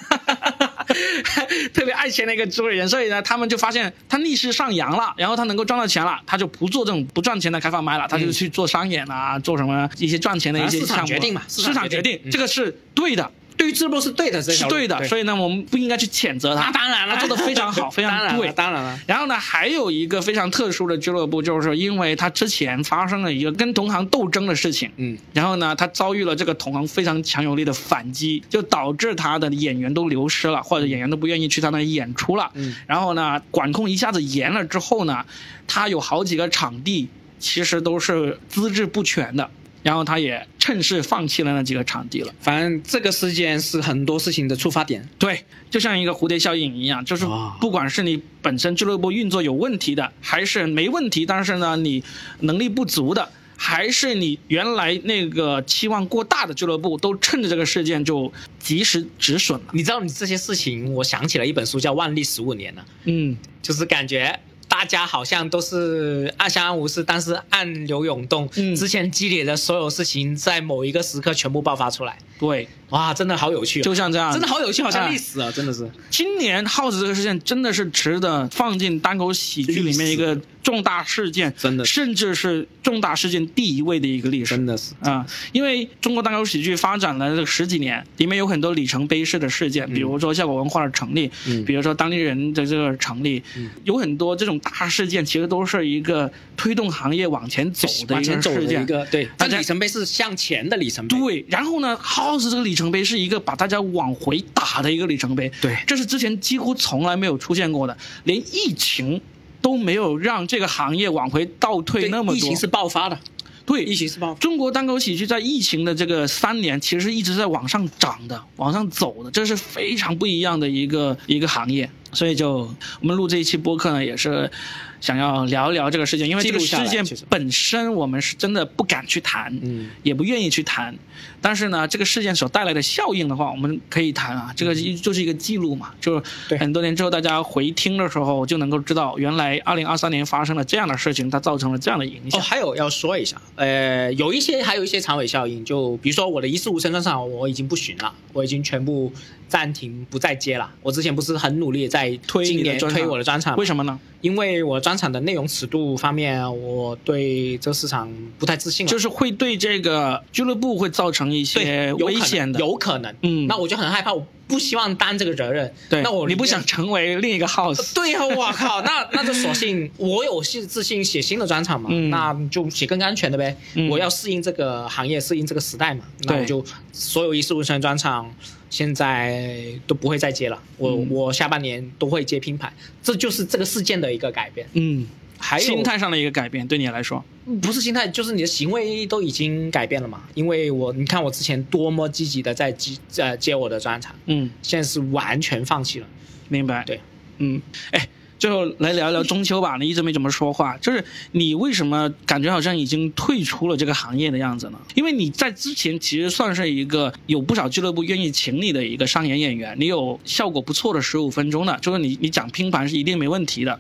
Speaker 1: 特别爱钱的一个主理人，所以呢，他们就发现他逆势上扬了，然后他能够赚到钱了，他就不做这种不赚钱的开放麦了，他
Speaker 3: 嗯
Speaker 1: 就去做商演啊，做什么一些赚钱的。的一些
Speaker 3: 市场
Speaker 1: 项目
Speaker 3: 决定嘛
Speaker 1: 市
Speaker 3: 市场
Speaker 1: 场
Speaker 3: 决
Speaker 1: 决
Speaker 3: 定
Speaker 1: 定，这个是对的，
Speaker 3: 对于俱乐部是对的，这
Speaker 1: 是
Speaker 3: 条路
Speaker 1: 对的，所以呢，我们不应该去谴责他。
Speaker 3: 那当然了
Speaker 1: 他做的非常好，非
Speaker 3: 当然
Speaker 1: 常
Speaker 3: 了
Speaker 1: 对，
Speaker 3: 当然了。
Speaker 1: 然后呢，还有一个非常特殊的俱乐部，就是因为他之前发生了一个跟同行斗争的事情，
Speaker 3: 嗯，
Speaker 1: 然后呢，他遭遇了这个同行非常强有力的反击，就导致他的演员都流失了，或者演员都不愿意去他那里演出了。
Speaker 3: 嗯，
Speaker 1: 然后呢，管控一下子严了之后呢，他有好几个场地其实都是资质不全的，然后他也趁势放弃了那几个场地了。
Speaker 3: 反正这个事件是很多事情的触发点。
Speaker 1: 对，就像一个蝴蝶效应一样，就是
Speaker 3: 啊
Speaker 1: 不管是你本身俱乐部运作有问题的，还是没问题，但是呢你能力不足的，还是你原来那个期望过大的俱乐部，都趁着这个事件就及时止损了。
Speaker 3: 你知道，你这些事情，我想起了一本书叫《万历十五年》啊呢，
Speaker 1: 嗯，
Speaker 3: 就是感觉。大家好像都是暗相安无事，但是暗流涌动。
Speaker 1: 嗯
Speaker 3: 之前积累的所有事情，在某一个时刻全部爆发出来。
Speaker 1: 对，
Speaker 3: 哇，真的好有趣、哦，
Speaker 1: 就像这样，
Speaker 3: 真的好有趣，好像
Speaker 1: 哎
Speaker 3: 历史啊，真的 是。
Speaker 1: 今年耗子这个事件真的是值得放进单口喜剧里面一个重大事件，
Speaker 3: 真的
Speaker 1: 甚至是重大事件第一位的一个历史，
Speaker 3: 真的是
Speaker 1: 啊、因为中国单口喜剧发展了这十几年，里面有很多里程碑式的事件，比如说效果文化的成立，
Speaker 3: 嗯
Speaker 1: 比如说当地人的这个成立，有很多这种大事件，其实都是一个推动行业往前走的
Speaker 3: 哎往
Speaker 1: 一
Speaker 3: 前
Speaker 1: 个
Speaker 3: 走的
Speaker 1: 事
Speaker 3: 一
Speaker 1: 件。
Speaker 3: 个对，
Speaker 1: 大
Speaker 3: 这
Speaker 1: 家
Speaker 3: 里程碑是向前的里程碑。
Speaker 1: 对，然后呢，House 这个里程碑是一个把大家往回打的一个里程碑。
Speaker 3: 对
Speaker 1: 这是之前几乎从来没有出现过的，连疫情都没有让这个行业往回倒退
Speaker 3: 对，
Speaker 1: 那么多。
Speaker 3: 疫情是爆发的，
Speaker 1: 对
Speaker 3: 疫情是爆发。
Speaker 1: 中国单口喜剧在疫情的这个三年，其实是一直在往上涨的，往上走的，这是非常不一样的一个一个行业。所以就我们录这一期播客呢，也是想要聊一聊这个事件，因为
Speaker 3: 记
Speaker 1: 这个
Speaker 3: 录
Speaker 1: 事
Speaker 3: 下来
Speaker 1: 件
Speaker 3: 其实
Speaker 1: 本身我们是真的不敢去谈，
Speaker 3: 嗯，
Speaker 1: 也不愿意去谈。但是呢，这个事件所带来的效应的话，我们可以谈啊，这个一就是一个记录嘛，就是
Speaker 3: 对
Speaker 1: 很多年之后大家回听的时候就能够知道，原来二零二三年发生了这样的事情，它造成了这样的影
Speaker 3: 哦，
Speaker 1: 响。
Speaker 3: 还有要说一下，呃，有一些还有一些长尾效应，就比如说我的一事无成专场，我已经不巡了，我已经全部暂停不再接了。我之前不是很努力在
Speaker 1: 推你
Speaker 3: 今
Speaker 1: 的
Speaker 3: 年
Speaker 1: 专场
Speaker 3: 推我的专场吗，
Speaker 1: 为什么呢？
Speaker 3: 因为我专场的内容尺度方面，我对这市场不太自信了。
Speaker 1: 就是是会对这个俱乐部会造成一
Speaker 3: 对
Speaker 1: 些
Speaker 3: 有
Speaker 1: 危
Speaker 3: 可能
Speaker 1: 险的。
Speaker 3: 有可能。
Speaker 1: 嗯
Speaker 3: 那我就很害怕，我不希望担这个责任。
Speaker 1: 对，
Speaker 3: 那我呃
Speaker 1: 你
Speaker 3: 宁
Speaker 1: 不
Speaker 3: 愿
Speaker 1: 想成为另一个 house，
Speaker 3: 对呀、我靠， 那那就索性我有信自信写新的专场嘛，
Speaker 1: 嗯
Speaker 3: 那就写更安全的呗。
Speaker 1: 嗯
Speaker 3: 我要适应这个行业，适应这个时代嘛，那
Speaker 1: 对
Speaker 3: 我就所有一事无成专场现在都不会再接了。我、
Speaker 1: 嗯
Speaker 3: 我下半年都会接拼盘，这就是这个事件的一个改变。
Speaker 1: 嗯，
Speaker 3: 还有
Speaker 1: 心态上的一个改变，对你来说，
Speaker 3: 不是心态，就是你的行为都已经改变了嘛。因为我你看我之前多么积极的在接呃接我的专场，
Speaker 1: 嗯，
Speaker 3: 现在是完全放弃了。
Speaker 1: 明白，
Speaker 3: 对，
Speaker 1: 嗯，哎，最后来聊一聊中秋吧，你一直没怎么说话，就是你为什么感觉好像已经退出了这个行业的样子呢？因为你在之前其实算是一个有不少俱乐部愿意请你的一个商演演员，你有效果不错的十五分钟的，就是你你讲拼盘是一定没问题的，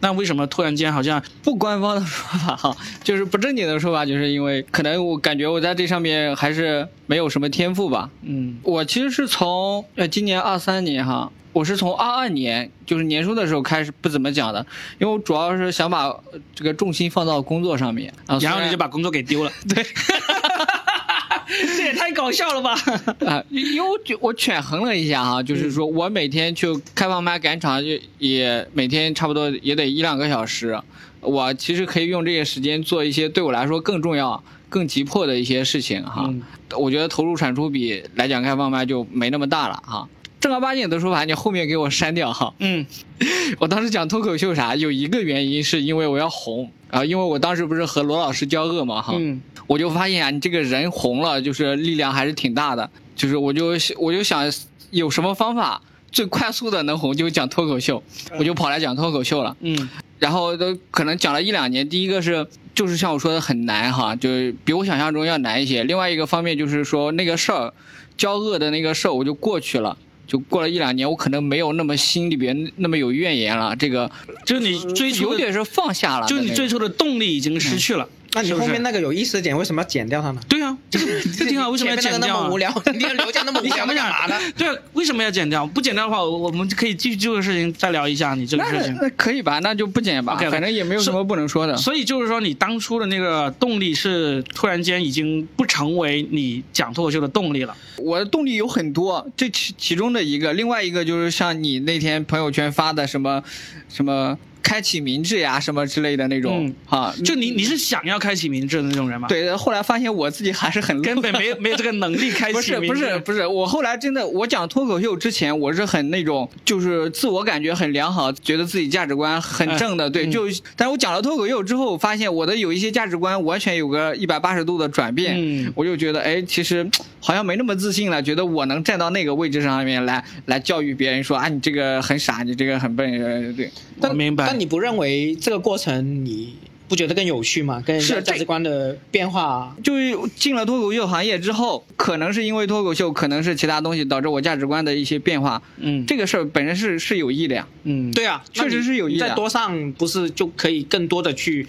Speaker 1: 那为什么突然间好像
Speaker 5: 不官方的说法哈，就是不正经的说法，就是因为可能我感觉我在这上面还是没有什么天赋吧。
Speaker 1: 嗯？
Speaker 5: 我其实是从呃今年二三年哈，我是从二二年就是年初的时候开始不怎么讲的，因为我主要是想把呃这个重心放到工作上面啊，
Speaker 1: 然后你就
Speaker 5: 把
Speaker 1: 把工作给丢了， 对，这也太搞笑了吧？
Speaker 5: 啊，因为我觉我权衡了一下哈，
Speaker 1: 嗯
Speaker 5: 就是说我每天去开放麦赶场也也每天差不多也得一两个小时，我其实可以用这些时间做一些对我来说更重要、更急迫的一些事情哈。
Speaker 1: 嗯
Speaker 5: 我觉得投入产出比来讲开放麦就没那么大了哈。正儿八经的说法，你后面给我删掉哈。
Speaker 1: 嗯，
Speaker 5: 我当时讲脱口秀啥，有一个原因是因为我要红啊，因为我当时不是和罗老师交恶嘛哈。
Speaker 1: 嗯
Speaker 5: 我就发现啊，你这个人红了，就是力量还是挺大的。就是我就我就想有什么方法最快速的能红，就讲脱口秀，我就跑来讲脱口秀了。
Speaker 1: 嗯
Speaker 5: 然后都可能讲了一两年，第一个是就是像我说的很难哈，就是比我想象中要难一些。另外一个方面就是说那个事儿，交恶的那个事儿我就过去了。就过了一两年，我可能没有那么心里边那么有怨言了，这个
Speaker 1: 就是你最初
Speaker 5: 有
Speaker 1: 的
Speaker 5: 点是放下了的那
Speaker 1: 就
Speaker 5: 个。
Speaker 1: 是你最初的动力已经失去了。
Speaker 3: 那你
Speaker 1: 是不
Speaker 3: 后
Speaker 1: 是
Speaker 3: 面那个有意思的点为什么要剪掉它呢？
Speaker 1: 对啊，这 个这挺好，为什么要剪
Speaker 3: 前面那个
Speaker 1: 掉、
Speaker 3: 那
Speaker 1: 啊？
Speaker 3: 么无聊，你要留下那么无
Speaker 1: 你
Speaker 3: 聊
Speaker 1: 想不
Speaker 3: 干嘛
Speaker 1: 想
Speaker 3: 呢？？
Speaker 1: 对啊，为什么要剪掉？不剪掉的话，我我们可以继续这个事情再聊一下你这个
Speaker 5: 那
Speaker 1: 事情。
Speaker 5: 那可以吧，那就不剪吧
Speaker 1: OK，OK
Speaker 5: 反正也没有什么不能说的。
Speaker 1: 所以就是说，你当初的那个动力是突然间已经不成为你讲脱口秀的动力了。
Speaker 5: 我的动力有很多，这其其中的一个，另外一个就是像你那天朋友圈发的什么什么开启明智呀什么之类的那种
Speaker 1: 嗯
Speaker 5: 啊，
Speaker 1: 就你你是想要开启明智的那种人吗？，
Speaker 5: 对，后来发现我自己还是很 low
Speaker 1: 根本没没有这个能力开
Speaker 5: 不
Speaker 1: 启
Speaker 5: 是
Speaker 1: 明智。
Speaker 5: 不是不是，我后来真的，我讲脱口秀之前，我是很那种，就是自我感觉很良好，觉得自己价值观很正的，对，
Speaker 1: 嗯
Speaker 5: 就，但是我讲了脱口秀之后，发现我的有一些价值观完全有个一百八十度的转变，
Speaker 1: 嗯
Speaker 5: 我就觉得，哎，其实好像没那么自信了，觉得我能站到那个位置上面来，来教育别人说啊，你这个很傻，你这个很笨，呃对，
Speaker 1: 我明白
Speaker 3: 但你不认为这个过程你不觉得更有趣吗？跟人家
Speaker 5: 是
Speaker 3: 价值观的变化，
Speaker 5: 就是进了脱口秀行业之后，可能是因为脱口秀，可能是其他东西导致我价值观的一些变化，
Speaker 1: 嗯
Speaker 5: 这个事儿本身是是有益的呀。
Speaker 1: 嗯
Speaker 3: 对啊，
Speaker 5: 确实
Speaker 3: 那你
Speaker 5: 是有益
Speaker 3: 你
Speaker 5: 的
Speaker 3: 在多上不是就可以更多的去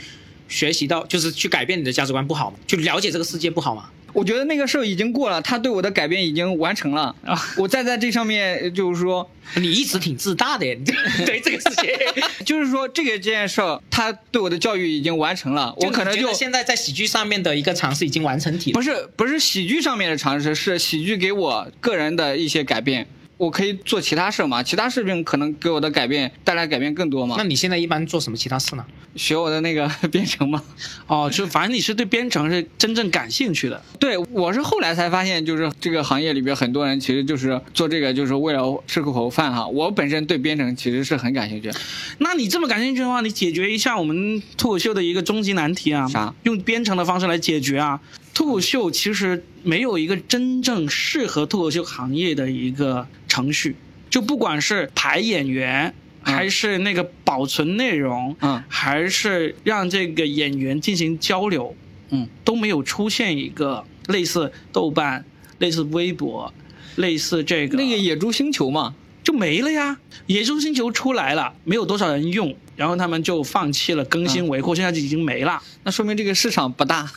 Speaker 3: 学习到，就是去改变你的价值观不好吗？去了解这个世界不好吗？
Speaker 5: 我觉得那个事儿已经过了，他对我的改变已经完成了。
Speaker 1: 啊
Speaker 5: 我再在这上面呃就是说，
Speaker 3: 你一直挺自大的耶， 你对这个世界。
Speaker 5: 就是说这个这件事儿，他对我的教育已经完成了。我可能
Speaker 3: 你觉
Speaker 5: 就
Speaker 3: 得现在在喜剧上面的一个尝试已经完成体了
Speaker 5: 不。是不是喜剧上面的尝试，是喜剧给我个人的一些改变。我可以做其他事儿嘛，其他事情可能给我的改变带来改变更多
Speaker 3: 那
Speaker 5: 嘛。
Speaker 3: 你现在一般做什么其他事呢？
Speaker 5: 学我的那个 编程嘛。
Speaker 1: 哦，就反正你是对编程是真正感兴趣的。
Speaker 5: 对，我是后来才发现，就是这个行业里边很多人其实就是做这个，就是为了吃口饭哈。我本身对编程其实是很感
Speaker 3: 啊
Speaker 5: 兴趣。
Speaker 1: 那你这么感兴趣的话，你解决一下我们脱口秀的一个终极难题啊！
Speaker 5: 啥
Speaker 1: 用编程的方式来解决啊！脱口秀其实没有一个真正适合脱口秀行业的一个程序，就不管是排演员。还是那个保存内容，
Speaker 5: 嗯
Speaker 1: 还是让这个演员进行交流，
Speaker 5: 嗯，
Speaker 1: 都没有出现一个类似豆瓣、类似微博、类似这个
Speaker 5: 那个野猪星球嘛，
Speaker 1: 就没了呀。野兽星球出来了，没有多少人用，然后他们就放弃了更
Speaker 3: 嗯
Speaker 1: 新维护，现在就已经没 了，
Speaker 5: 那说明这个市场 不大。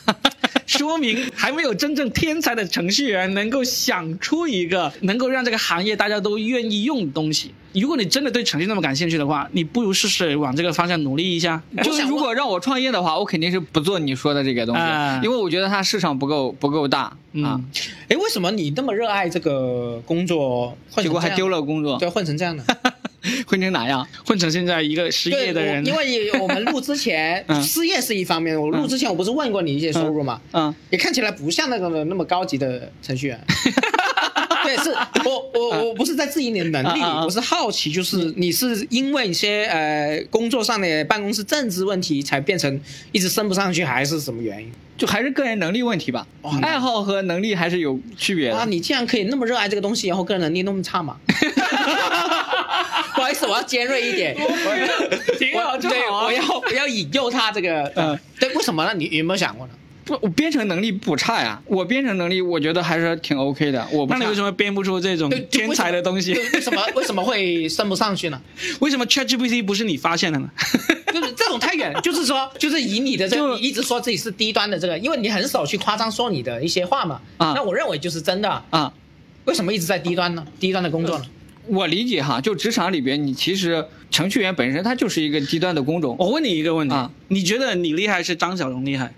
Speaker 1: 说明还没有真正天才的程序员能够想出一个能够让这个行业大家都愿意用的东西。如果你真的对程序那么感兴趣的话，你不如试试往这个方向努力一下。
Speaker 5: 就是如果让我创业的话，我肯定是不做你说的这个东西，
Speaker 1: 哎
Speaker 5: 因为我觉得它市场不够不够大啊
Speaker 1: 嗯，，
Speaker 3: 哎，为什么你那么热爱这个工作，混成
Speaker 5: 结果还
Speaker 3: 这样
Speaker 5: 丢了工作，
Speaker 3: 对，混成这样的。
Speaker 5: 混成哪样？
Speaker 1: 混成现在一个失业的
Speaker 3: 对，我
Speaker 1: 人，
Speaker 3: 因为我们录之前
Speaker 5: 嗯
Speaker 3: 失业是一方面，我录之前我不是问过你一些收入嘛，
Speaker 5: 嗯，
Speaker 3: 也看起来不像那个那么高级的程序员。对，是我我我不是在质疑你的能力，
Speaker 1: 啊啊啊
Speaker 3: 我是好奇，就是你是因为一些呃工作上的办公室政治问题才变成一直升不上去，还是什么原因？
Speaker 5: 就还是个人能力问题吧，
Speaker 1: 哦
Speaker 3: 哇
Speaker 5: 爱好和能力还是有区别的。
Speaker 3: 啊，你竟然可以那么热爱这个东西，然后个人能力那么差嘛？不好意思，我要尖锐一点，我
Speaker 1: 挺好就
Speaker 3: 对，
Speaker 1: 好啊
Speaker 3: 我要我要引诱他这个，嗯
Speaker 5: 嗯，
Speaker 3: 对，为什么呢？你你有没有想过呢？
Speaker 5: 不，我编程能力不差呀，我编程能力我觉得还是挺 OK 的。我不
Speaker 1: 那
Speaker 5: 差
Speaker 1: 你为什么编不出这种
Speaker 5: 嗯
Speaker 3: 对，就
Speaker 1: 天才的东西
Speaker 3: 为？什么对为什么为什么会升不上去呢？
Speaker 1: 为什么 ChatGPT 不是你发现的 呢？
Speaker 3: 就是这种太远，就是说，就是以你的这个，
Speaker 5: 就
Speaker 3: 你一直说自己是低端的这个，因为你很少去夸张说你的一些话嘛。
Speaker 5: 啊
Speaker 3: 那我认为就是真的。
Speaker 5: 啊？
Speaker 3: 为什么一直在低端呢？低端的工作呢？
Speaker 5: 我理解哈，就职场里边，你其实程序员本身它就是一个低端的工种。
Speaker 1: 我问你一个问题，
Speaker 3: 嗯
Speaker 5: 啊
Speaker 1: 你觉得你厉害是张小龙厉害？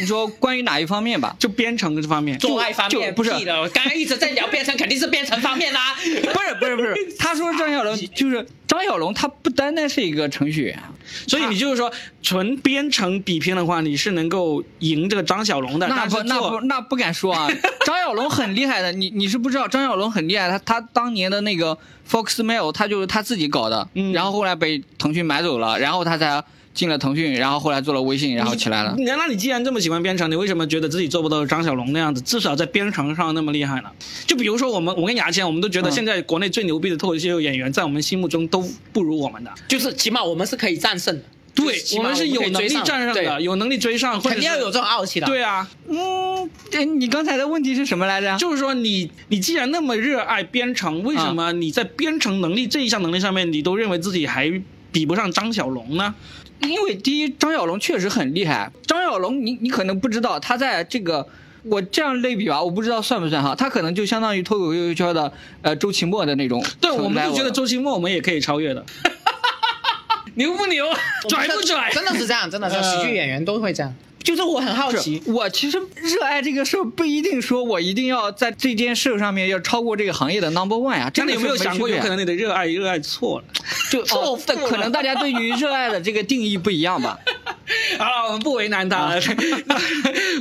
Speaker 5: 你说关于哪一方面吧？
Speaker 1: 就编程这方面，
Speaker 3: 做爱方面
Speaker 5: 就不是
Speaker 3: 屁的，我刚刚一直在聊编程，肯定是编程方面啦、
Speaker 5: 不是不是不是， 他说张小龙就是张小龙，他不单单是一个程序员，
Speaker 1: 所以你就是说纯编程比拼的话，你是能够赢这个张小龙的。
Speaker 5: 那
Speaker 1: 但是
Speaker 5: 不那
Speaker 1: 做
Speaker 5: 不那不敢说 啊。张小龙很厉害的，你你是不知道，张小龙很厉害，他他当年的那个 Foxmail，他就是他自己搞的，
Speaker 1: 嗯
Speaker 5: 然后后来被腾讯买走了，然后他才进了腾讯，然后后来做了微信，然后起来了。
Speaker 1: 你那你既然这么喜欢编程，你为什么觉得自己做不到张小龙那样子？至少在编程上那么厉害呢？就比如说我们，我跟牙签，我们都觉得
Speaker 5: 嗯
Speaker 1: 现在国内最牛逼的脱口秀演员，在我们心目中都不如我们的。
Speaker 3: 就是起码我们是可以战胜的。就
Speaker 1: 对
Speaker 3: 是，起
Speaker 1: 我
Speaker 3: 码
Speaker 1: 们是有
Speaker 3: 可以
Speaker 1: 能
Speaker 3: 追
Speaker 1: 力站上的，
Speaker 3: 对
Speaker 1: 有能力追上，或者
Speaker 3: 肯定要
Speaker 1: 是
Speaker 3: 有这种傲气的。
Speaker 1: 对啊，
Speaker 5: 嗯，哎你刚才的问题是什么来
Speaker 3: 啊
Speaker 5: 着？
Speaker 1: 就是说你你既然那么热爱编程，为什
Speaker 3: 嗯
Speaker 1: 么你在编程能力这一项能力上面，你都认为自己还比不上张小龙呢？
Speaker 5: 因为第一，张小龙确实很厉害。张小龙你，你可能不知道，他在这个我这样类比吧，我不知道算不算哈，他可能就相当于脱口秀圈的呃周奇墨的那种存在
Speaker 1: 对，
Speaker 5: 了。
Speaker 1: 我们都觉得周奇墨我们也可以超越的，牛不牛？拽不拽？
Speaker 3: 真的是这样，真的是
Speaker 1: 呃
Speaker 3: 喜剧演员都会这样。就是我很好奇
Speaker 5: 是，我其实热爱这个事儿，不一定说我一定要在这件事上面要超过这个行业的 number one 呀、
Speaker 1: 那
Speaker 5: 真
Speaker 1: 你
Speaker 5: 的
Speaker 1: 有没有想
Speaker 5: 啊
Speaker 1: 过，有可能你的热爱热爱错了？
Speaker 5: 就哦，但可能大家对于热爱的这个定义不一样 吧？
Speaker 1: 好了，我们不为难 他了。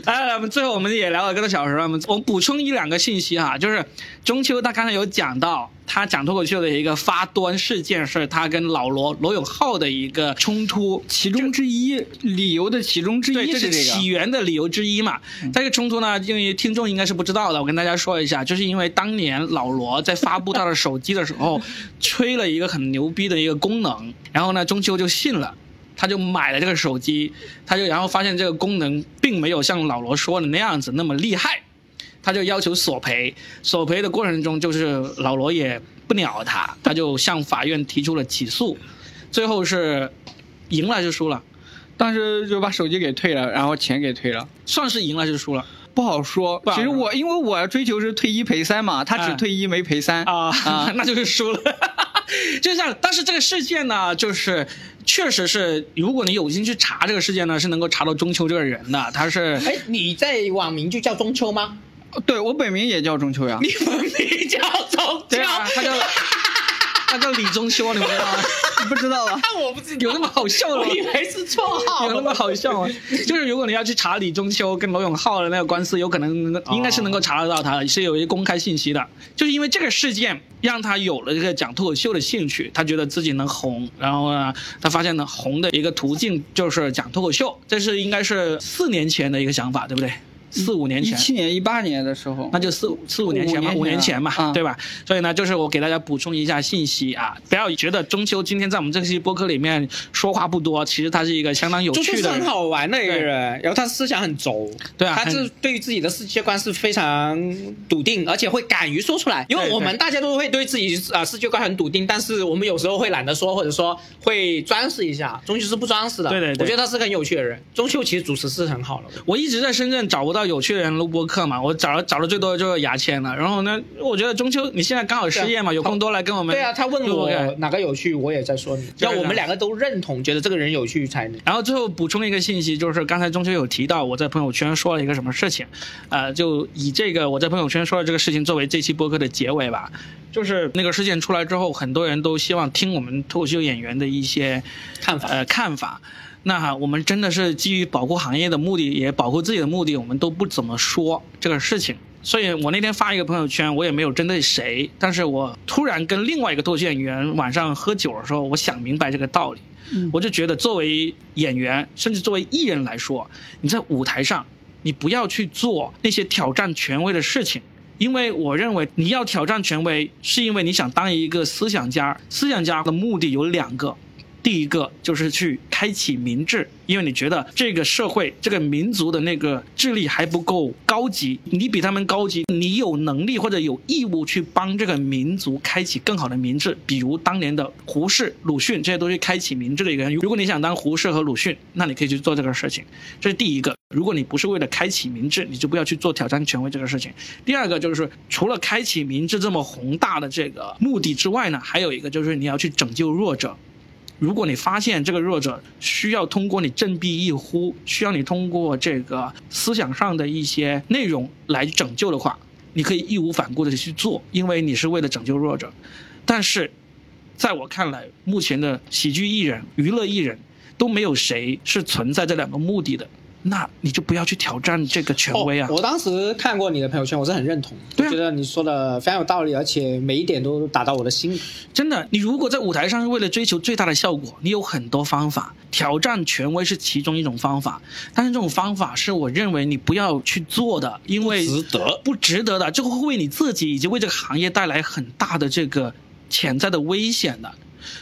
Speaker 1: 来来，我们最后我们也聊了个多小时了，我们我补充一两个信息哈，就是中秋他刚才有讲到，他讲脱口秀的一个发端事件是他跟老罗罗永浩的一个冲突，
Speaker 5: 其中之一，理由的其中之
Speaker 1: 对，
Speaker 5: 一
Speaker 1: 这
Speaker 5: 是
Speaker 1: 是
Speaker 5: 这
Speaker 1: 起
Speaker 5: 个。
Speaker 1: 源的理由之一嘛。这个冲突呢，因为听众应该是不知道的，我跟大家说一下，就是因为当年老罗在发布他的手机的时候， 吹了一个很牛逼的一个功能，然后呢，中秋就信了。他就买了这个手机，他就然后发现这个功能并没有像老罗说的那样子那么厉害，他就要求索赔。索赔的过程中，就是老罗也不鸟他，他就向法院提出了起诉，最后是赢了还是输了？
Speaker 5: 当时就把手机给退了，然后钱给退了。
Speaker 1: 算是赢了还是输了？
Speaker 5: 不好说
Speaker 1: 不。好
Speaker 5: 其
Speaker 1: 说
Speaker 5: 实我因为我追求是退一赔三嘛，他
Speaker 1: 哎
Speaker 5: 只退一没赔三
Speaker 1: 啊，
Speaker 5: 啊
Speaker 1: 那就是输了。 就像，但是这个事件呢，就是确实是，如果你有心去查这个事件呢，是能够查到中秋这个人的，他是
Speaker 3: 哎，你在网名就叫中 秋吗？
Speaker 5: 对我本名也叫中秋呀，
Speaker 3: 你网名叫中秋
Speaker 1: 对？啊， 他叫 他叫李中秋，你们知道吗？
Speaker 5: 你不知道吧？
Speaker 3: 那我不知道，
Speaker 1: 有那么好笑的
Speaker 3: 我
Speaker 1: 吗？
Speaker 3: 以为是绰号。
Speaker 1: 有那么好笑吗？就是如果你要去查李中秋跟罗永浩的那个官司，有可能应该是能够查得到他的，是有一些公开信息的。就是因为这个事件，让他有了这个讲脱口秀的兴趣，他觉得自己能红，然后呢，他发现呢红的一个途径就是讲脱口秀，这是应该是四年前的一个想法，对不对？四五年
Speaker 5: 一
Speaker 1: 前，
Speaker 5: 七年、一八年的时候
Speaker 1: 那，就四五四五年前吧，
Speaker 5: 五
Speaker 1: 五年
Speaker 5: 年前
Speaker 1: 前
Speaker 5: 啊
Speaker 1: 吧，
Speaker 5: 啊
Speaker 1: 对吧？所以呢，就是我给大家补充一下信息啊，不要觉得中秋今天在我们这期播客里面说话不多，其实他是一个相当有
Speaker 3: 就就
Speaker 1: 趣
Speaker 3: 是
Speaker 1: 的人
Speaker 3: 很。好玩的一个人，然后他思想很轴，
Speaker 1: 对啊
Speaker 3: 他是
Speaker 1: 很
Speaker 3: 对于自己的世界观是非常笃定，而且会敢于说出来。因为
Speaker 1: 对
Speaker 3: 我们大家都会对自己啊、呃世界观很笃定，但是我们有时候会懒得说，或者说会装饰一下。中秋是不装饰的，
Speaker 1: 对对对
Speaker 3: 我觉得他是个很有趣的人。中秋其实主持是很好的，
Speaker 1: 我一直在深圳找不到有趣的人录播客嘛，我找了找的最多的就是牙签了。然后呢，我觉得中秋你现在刚好失业嘛，有空多来跟我们
Speaker 3: 对啊，他问
Speaker 1: 录播
Speaker 3: 我
Speaker 1: 客
Speaker 3: 哪个有趣，我也在说你，
Speaker 1: 对
Speaker 3: 要
Speaker 1: 啊
Speaker 3: 我们两个都认同，觉得这个人有趣才能。
Speaker 1: 然后最后补充一个信息，就是刚才中秋有提到我在朋友圈说了一个什么事情，呃，就以这个我在朋友圈说的这个事情作为这期播客的结尾吧。就是那个事件出来之后，很多人都希望听我们脱口秀演员的一些
Speaker 3: 看法
Speaker 1: 呃 看法。那哈我们真的是基于保护行业的目的，也保护自己的目的，我们都不怎么说这个事情。所以我那天发一个朋友圈，我也没有针对谁，但是我突然跟另外一个脱口秀演员晚上喝酒的时候，我想明白这个道理。我就觉得作为演员，甚至作为艺人来说，你在舞台上，你不要去做那些挑战权威的事情。因为我认为你要挑战权威，是因为你想当一个思想家。思想家的目的有两个，第一个就是去开启民智，因为你觉得这个社会、这个民族的那个智力还不够高级，你比他们高级，你有能力或者有义务去帮这个民族开启更好的民智，比如当年的胡适、鲁迅这些都是开启民智的一个人。如果你想当胡适和鲁迅，那你可以去做这个事情，这是第一个。如果你不是为了开启民智，你就不要去做挑战权威这个事情。第二个就是说，除了开启民智这么宏大的这个目的之外呢，还有一个就是你要去拯救弱者。如果你发现这个弱者需要通过你振臂一呼，需要你通过这个思想上的一些内容来拯救的话，你可以义无反顾的去做，因为你是为了拯救弱者。但是，在我看来，目前的喜剧艺人、娱乐艺人都没有谁是存在这两个目的的，那你就不要去挑战这个权威啊！
Speaker 3: 哦我当时看过你的朋友圈，我是很认同，
Speaker 1: 对啊
Speaker 3: 我觉得你说的非常有道理，而且每一点都打到我的心里。
Speaker 1: 真的，你如果在舞台上是为了追求最大的效果，你有很多方法，挑战权威是其中一种方法。但是这种方法是我认为你不要去做的，因为
Speaker 3: 不值得，
Speaker 1: 不值得的，这个会为你自己以及为这个行业带来很大的这个潜在的危险的。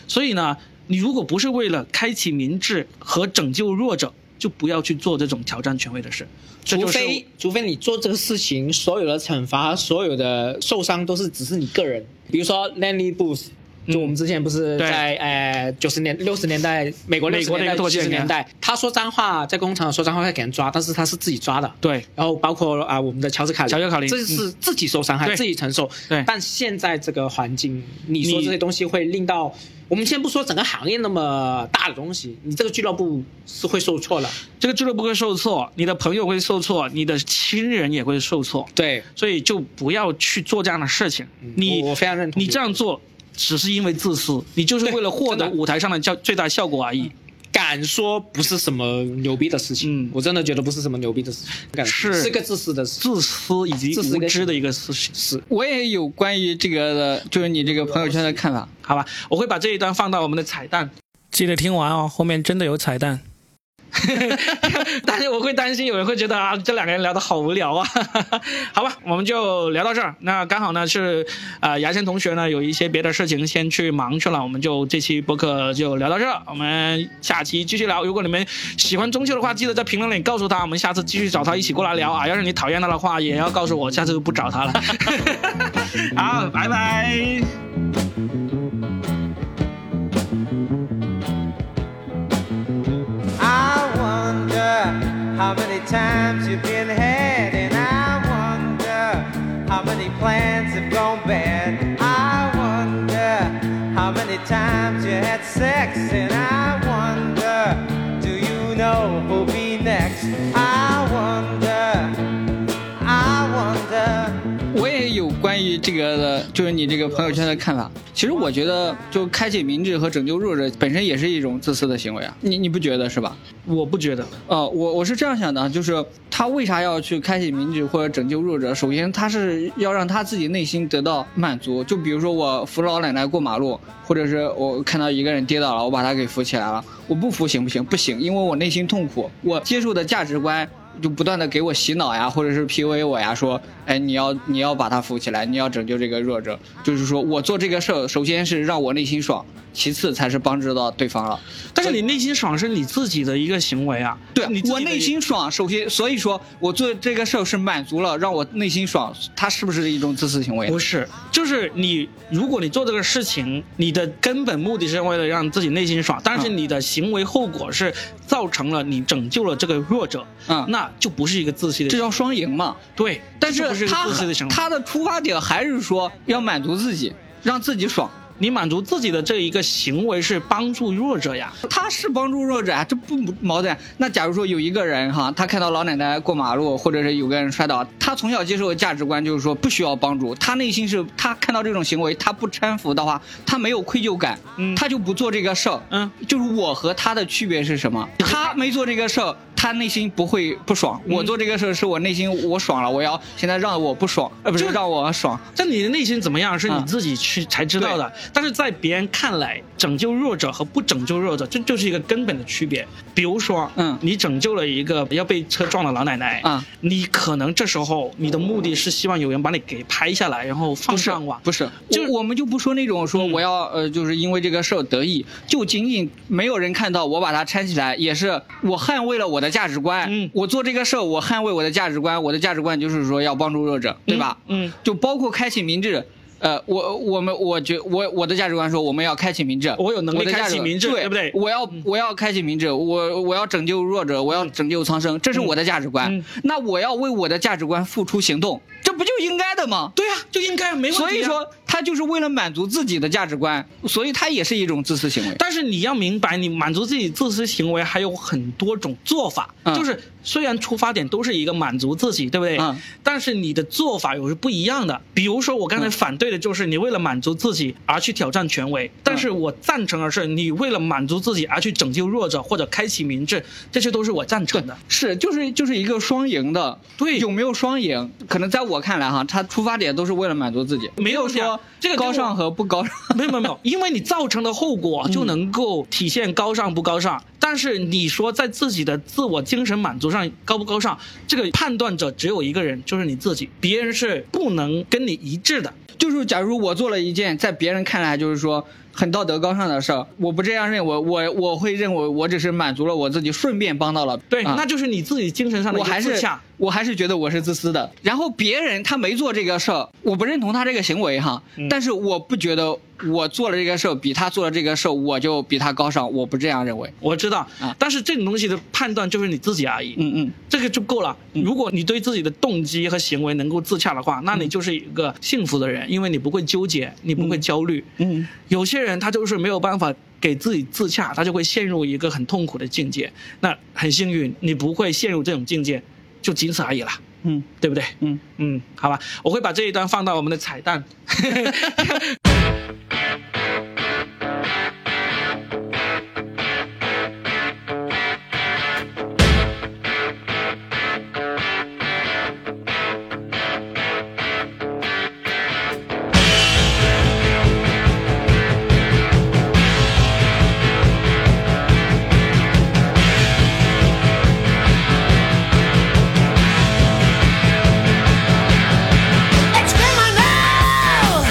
Speaker 1: 所以呢，你如果不是为了开启民智和拯救弱者，就不要去做这种挑战权威的事。这
Speaker 3: 除
Speaker 1: 就是
Speaker 3: 非除非你做这个事情，所有的惩罚、所有的受伤都是只是你个人。比如说 Lenny Bruce，就我们之前不是
Speaker 1: 嗯对
Speaker 3: 在呃九十年六十年代美国
Speaker 1: 美国的一个
Speaker 3: 六
Speaker 1: 脱口秀
Speaker 3: 十
Speaker 1: 演
Speaker 3: 年代
Speaker 1: 员
Speaker 3: 70年代，他说脏话在工厂说脏话会给人抓，但是他是自己抓的。
Speaker 1: 对
Speaker 3: 然后包括啊、我们的乔治卡林，
Speaker 1: 乔治卡林嗯
Speaker 3: 这是自己受伤害、
Speaker 1: 对
Speaker 3: 自己承受。
Speaker 1: 对
Speaker 3: 但现在这个环境，你说
Speaker 1: 你
Speaker 3: 这些东西会令到我们先不说整个行业那么大的东西，你这个俱乐部是会受挫的。
Speaker 1: 这个俱乐部会受挫，你的朋友会受挫，你的亲人也会受挫。
Speaker 3: 对，
Speaker 1: 所以就不要去做这样的事情
Speaker 3: 嗯。
Speaker 1: 你
Speaker 3: 我我非常认同
Speaker 1: 你这样做只是因为自私，你就是为了获得
Speaker 3: 真的嗯
Speaker 1: 舞台上的较最大效果而已。
Speaker 3: 敢说不是什么牛逼的事情，
Speaker 1: 嗯
Speaker 3: 我真的觉得不是什么牛逼的事情，敢说
Speaker 1: 是
Speaker 3: 是个自私的事。
Speaker 1: 自私以及
Speaker 3: 自私
Speaker 1: 无
Speaker 3: 跟
Speaker 1: 知的一个事情，是
Speaker 5: 我也有关于这个的，就是你这个朋友圈的看法。
Speaker 1: 好吧？我会把这一段放到我们的彩蛋，
Speaker 6: 记得听完哦，后面真的有彩蛋。
Speaker 1: 但是我会担心有人会觉得啊，这两个人聊的好无聊啊。 好吧，我们就聊到这儿。那刚好呢是呃牙签同学呢有一些别的事情先去忙去了，我们就这期播客就聊到这儿，我们下期继续聊。如果你们喜欢中秋的话，记得在评论里告诉他，我们下次继续找他一起过来聊
Speaker 6: 嗯
Speaker 1: 啊。要是你讨厌他的话，也要告诉我，下次就不找他了。 好，拜拜。
Speaker 2: I wonder how many times you've been had, and I wonder how many plans have gone bad. I wonder how many times you had sex, and I wonder, do you know who'll be next? I wonder, I wonder.
Speaker 5: 我也有关于这个的，就是你这个朋友圈的看法。其实我觉得，就开启民智和拯救弱者本身也是一种自私的行为啊，你你不觉得是吧？
Speaker 1: 我不觉得，
Speaker 5: 呃，我我是这样想的啊，就是他为啥要去开启民智或者拯救弱者？首先，他是要让他自己内心得到满足。就比如说我扶老奶奶过马路，或者是我看到一个人跌倒了，我把他给扶起来了，我不扶行不行？不行，因为我内心痛苦，我接受的价值观。就不断的给我洗脑呀，或者是 PUA 我呀，说，哎，你要你要把他扶起来，你要拯救这个弱者，就是说我做这个事儿，首先是让我内心爽，其次才是帮助到对方了。
Speaker 1: 但是你内心爽是你自己的一个行为啊，
Speaker 5: 对
Speaker 1: 你自己
Speaker 5: 我
Speaker 1: 的
Speaker 5: 内
Speaker 1: 一
Speaker 5: 心爽，首先，所以说我做这个事儿是满足了让我内心爽，它是不是一种自私行为呢
Speaker 1: 不？是，就是你，如果你做这个事情，你的根本目的是为了让自己内心爽，但是
Speaker 5: 嗯
Speaker 1: 你的行为后果是造成了你拯救了这个弱者，
Speaker 5: 嗯
Speaker 1: 那就不是一个自私的
Speaker 5: 这叫双赢嘛。
Speaker 1: 对，
Speaker 5: 但
Speaker 1: 这不是
Speaker 5: 是
Speaker 1: 一个
Speaker 5: 他
Speaker 1: 自私的行为。
Speaker 5: 他的出发点还是说要满足自己，让自己爽。
Speaker 1: 你满足自己的这一个行为是帮助弱者呀，
Speaker 5: 他是帮助弱者啊，这不矛盾。那假如说有一个人哈，他看到老奶奶过马路，或者是有个人摔倒，他从小接受的价值观就是说不需要帮助，他内心是他看到这种行为，他不搀扶的话，他没有愧疚感，
Speaker 1: 嗯
Speaker 5: 他就不做这个事儿。
Speaker 1: 嗯，
Speaker 5: 就是我和他的区别是什么？他没做这个事儿，他内心不会不爽。
Speaker 1: 嗯
Speaker 5: 我做这个事儿是我内心我爽了，我要现在让我不爽，呃，不是
Speaker 1: 就
Speaker 5: 让我爽。
Speaker 1: 但你的内心怎么样是你
Speaker 5: 嗯
Speaker 1: 自己去才知道的，但是在别人看来，拯救弱者和不拯救弱者，这就是一个根本的区别。比如说，
Speaker 5: 嗯
Speaker 1: 你拯救了一个要被车撞的老奶奶，
Speaker 5: 嗯
Speaker 1: 你可能这时候你的目的是希望有人把你给拍下来，然后放
Speaker 5: 不是
Speaker 1: 上网。
Speaker 5: 不是，
Speaker 1: 就
Speaker 5: 就我们就不说那种说
Speaker 1: 嗯
Speaker 5: 我要、呃，就是因为这个事儿得意，就仅仅没有人看到我把它搀起来，也是我捍卫了我的价值观。
Speaker 1: 嗯
Speaker 5: 我做这个事儿，我捍卫我的价值观，我的价值观就是说要帮助弱者，对吧？
Speaker 1: 嗯嗯
Speaker 5: 就包括开启明智。呃，我我们我觉我我的价值观说我们要开启明智，
Speaker 1: 我有能力
Speaker 5: 我的价值
Speaker 1: 开启明智
Speaker 5: 对
Speaker 1: 对不对嗯
Speaker 5: 我要我要开启明智，我我要拯救弱者，我要拯救苍生，这是我的价值观。
Speaker 1: 嗯
Speaker 5: 那我要为我的价值观付出行动，这不就应该的吗？
Speaker 1: 对啊，就应该没问题、
Speaker 5: 所以，说，他就是为了满足自己的价值观，所以他也是一种自私行为。
Speaker 1: 但是你要明白，你满足自己自私行为还有很多种做法，
Speaker 5: 嗯
Speaker 1: 就是虽然出发点都是一个满足自己，对不对？
Speaker 5: 嗯
Speaker 1: 但是你的做法有时不一样的。比如说，我刚才
Speaker 5: 嗯
Speaker 1: 反对的就是你为了满足自己而去挑战权威，但是我赞成的是你为了满足自己而去拯救弱者或者开启明智，这些都是我赞成的。
Speaker 5: 是，就是就是一个双赢的，
Speaker 1: 对
Speaker 5: 有没有双赢？可能在我看来哈，他出发点都是为了满足自己，
Speaker 1: 没有
Speaker 5: 说
Speaker 1: 说这个跟我
Speaker 5: 高尚和不高尚。
Speaker 1: 没有没有没有，因为你造成的后果就能够体现高尚不高尚。但是你说在自己的自我精神满足上高不高尚，这个判断者只有一个人，就是你自己，别人是不能跟你一致的。
Speaker 5: 就是假如我做了一件在别人看来就是说很道德高尚的事儿，我不这样认为，我我会认为我只是满足了我自己，顺便帮到了
Speaker 1: 对，
Speaker 5: 啊
Speaker 1: 那就是你自己精神上的一
Speaker 5: 我
Speaker 1: 个
Speaker 5: 还
Speaker 1: 自
Speaker 5: 是
Speaker 1: 洽。
Speaker 5: 我还是觉得我是自私的。然后别人他没做这个事儿，我不认同他这个行为哈，
Speaker 1: 嗯
Speaker 5: 但是我不觉得我做了这个事儿比他做了这个事儿我就比他高尚，我不这样认为。
Speaker 1: 我知道
Speaker 5: 啊，
Speaker 1: 但是这种东西的判断就是你自己而已。
Speaker 5: 嗯嗯，
Speaker 1: 这个就够了。如果你对自己的动机和行为能够自洽的话，那你就是一个幸福的人，因为你不会纠结，你不会焦虑。
Speaker 5: 嗯嗯嗯，
Speaker 1: 有些人他就是没有办法给自己自洽，他就会陷入一个很痛苦的境界。那很幸运，你不会陷入这种境界，就仅此而已了。
Speaker 5: 嗯，
Speaker 1: 对不对？
Speaker 5: 嗯
Speaker 1: 嗯，好吧，我会把这一段放到我们的彩蛋。
Speaker 7: It's criminal!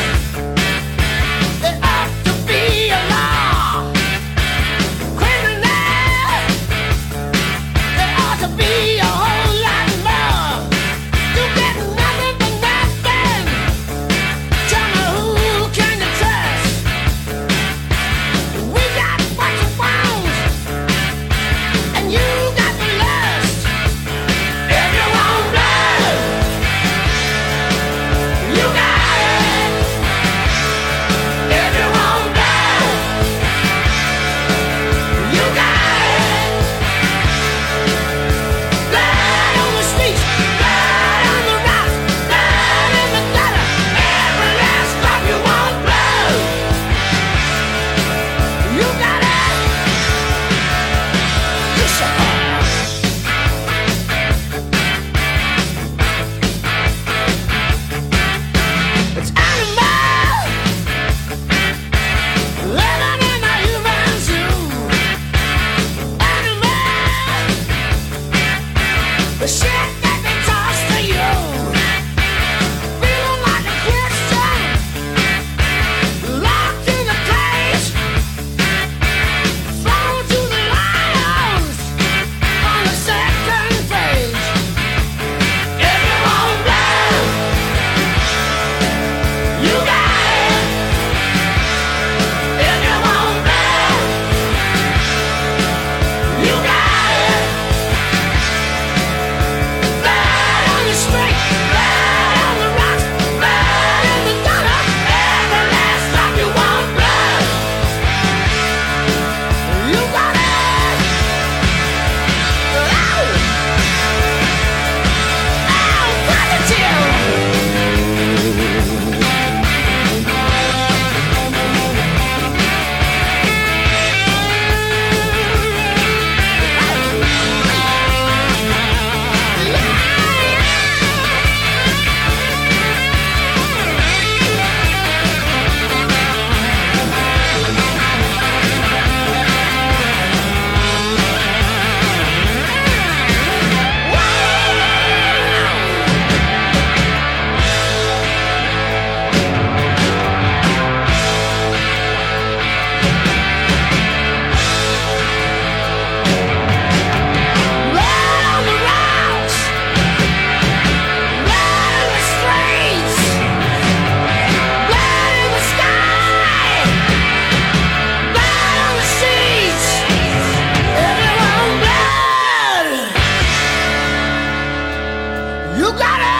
Speaker 7: got it!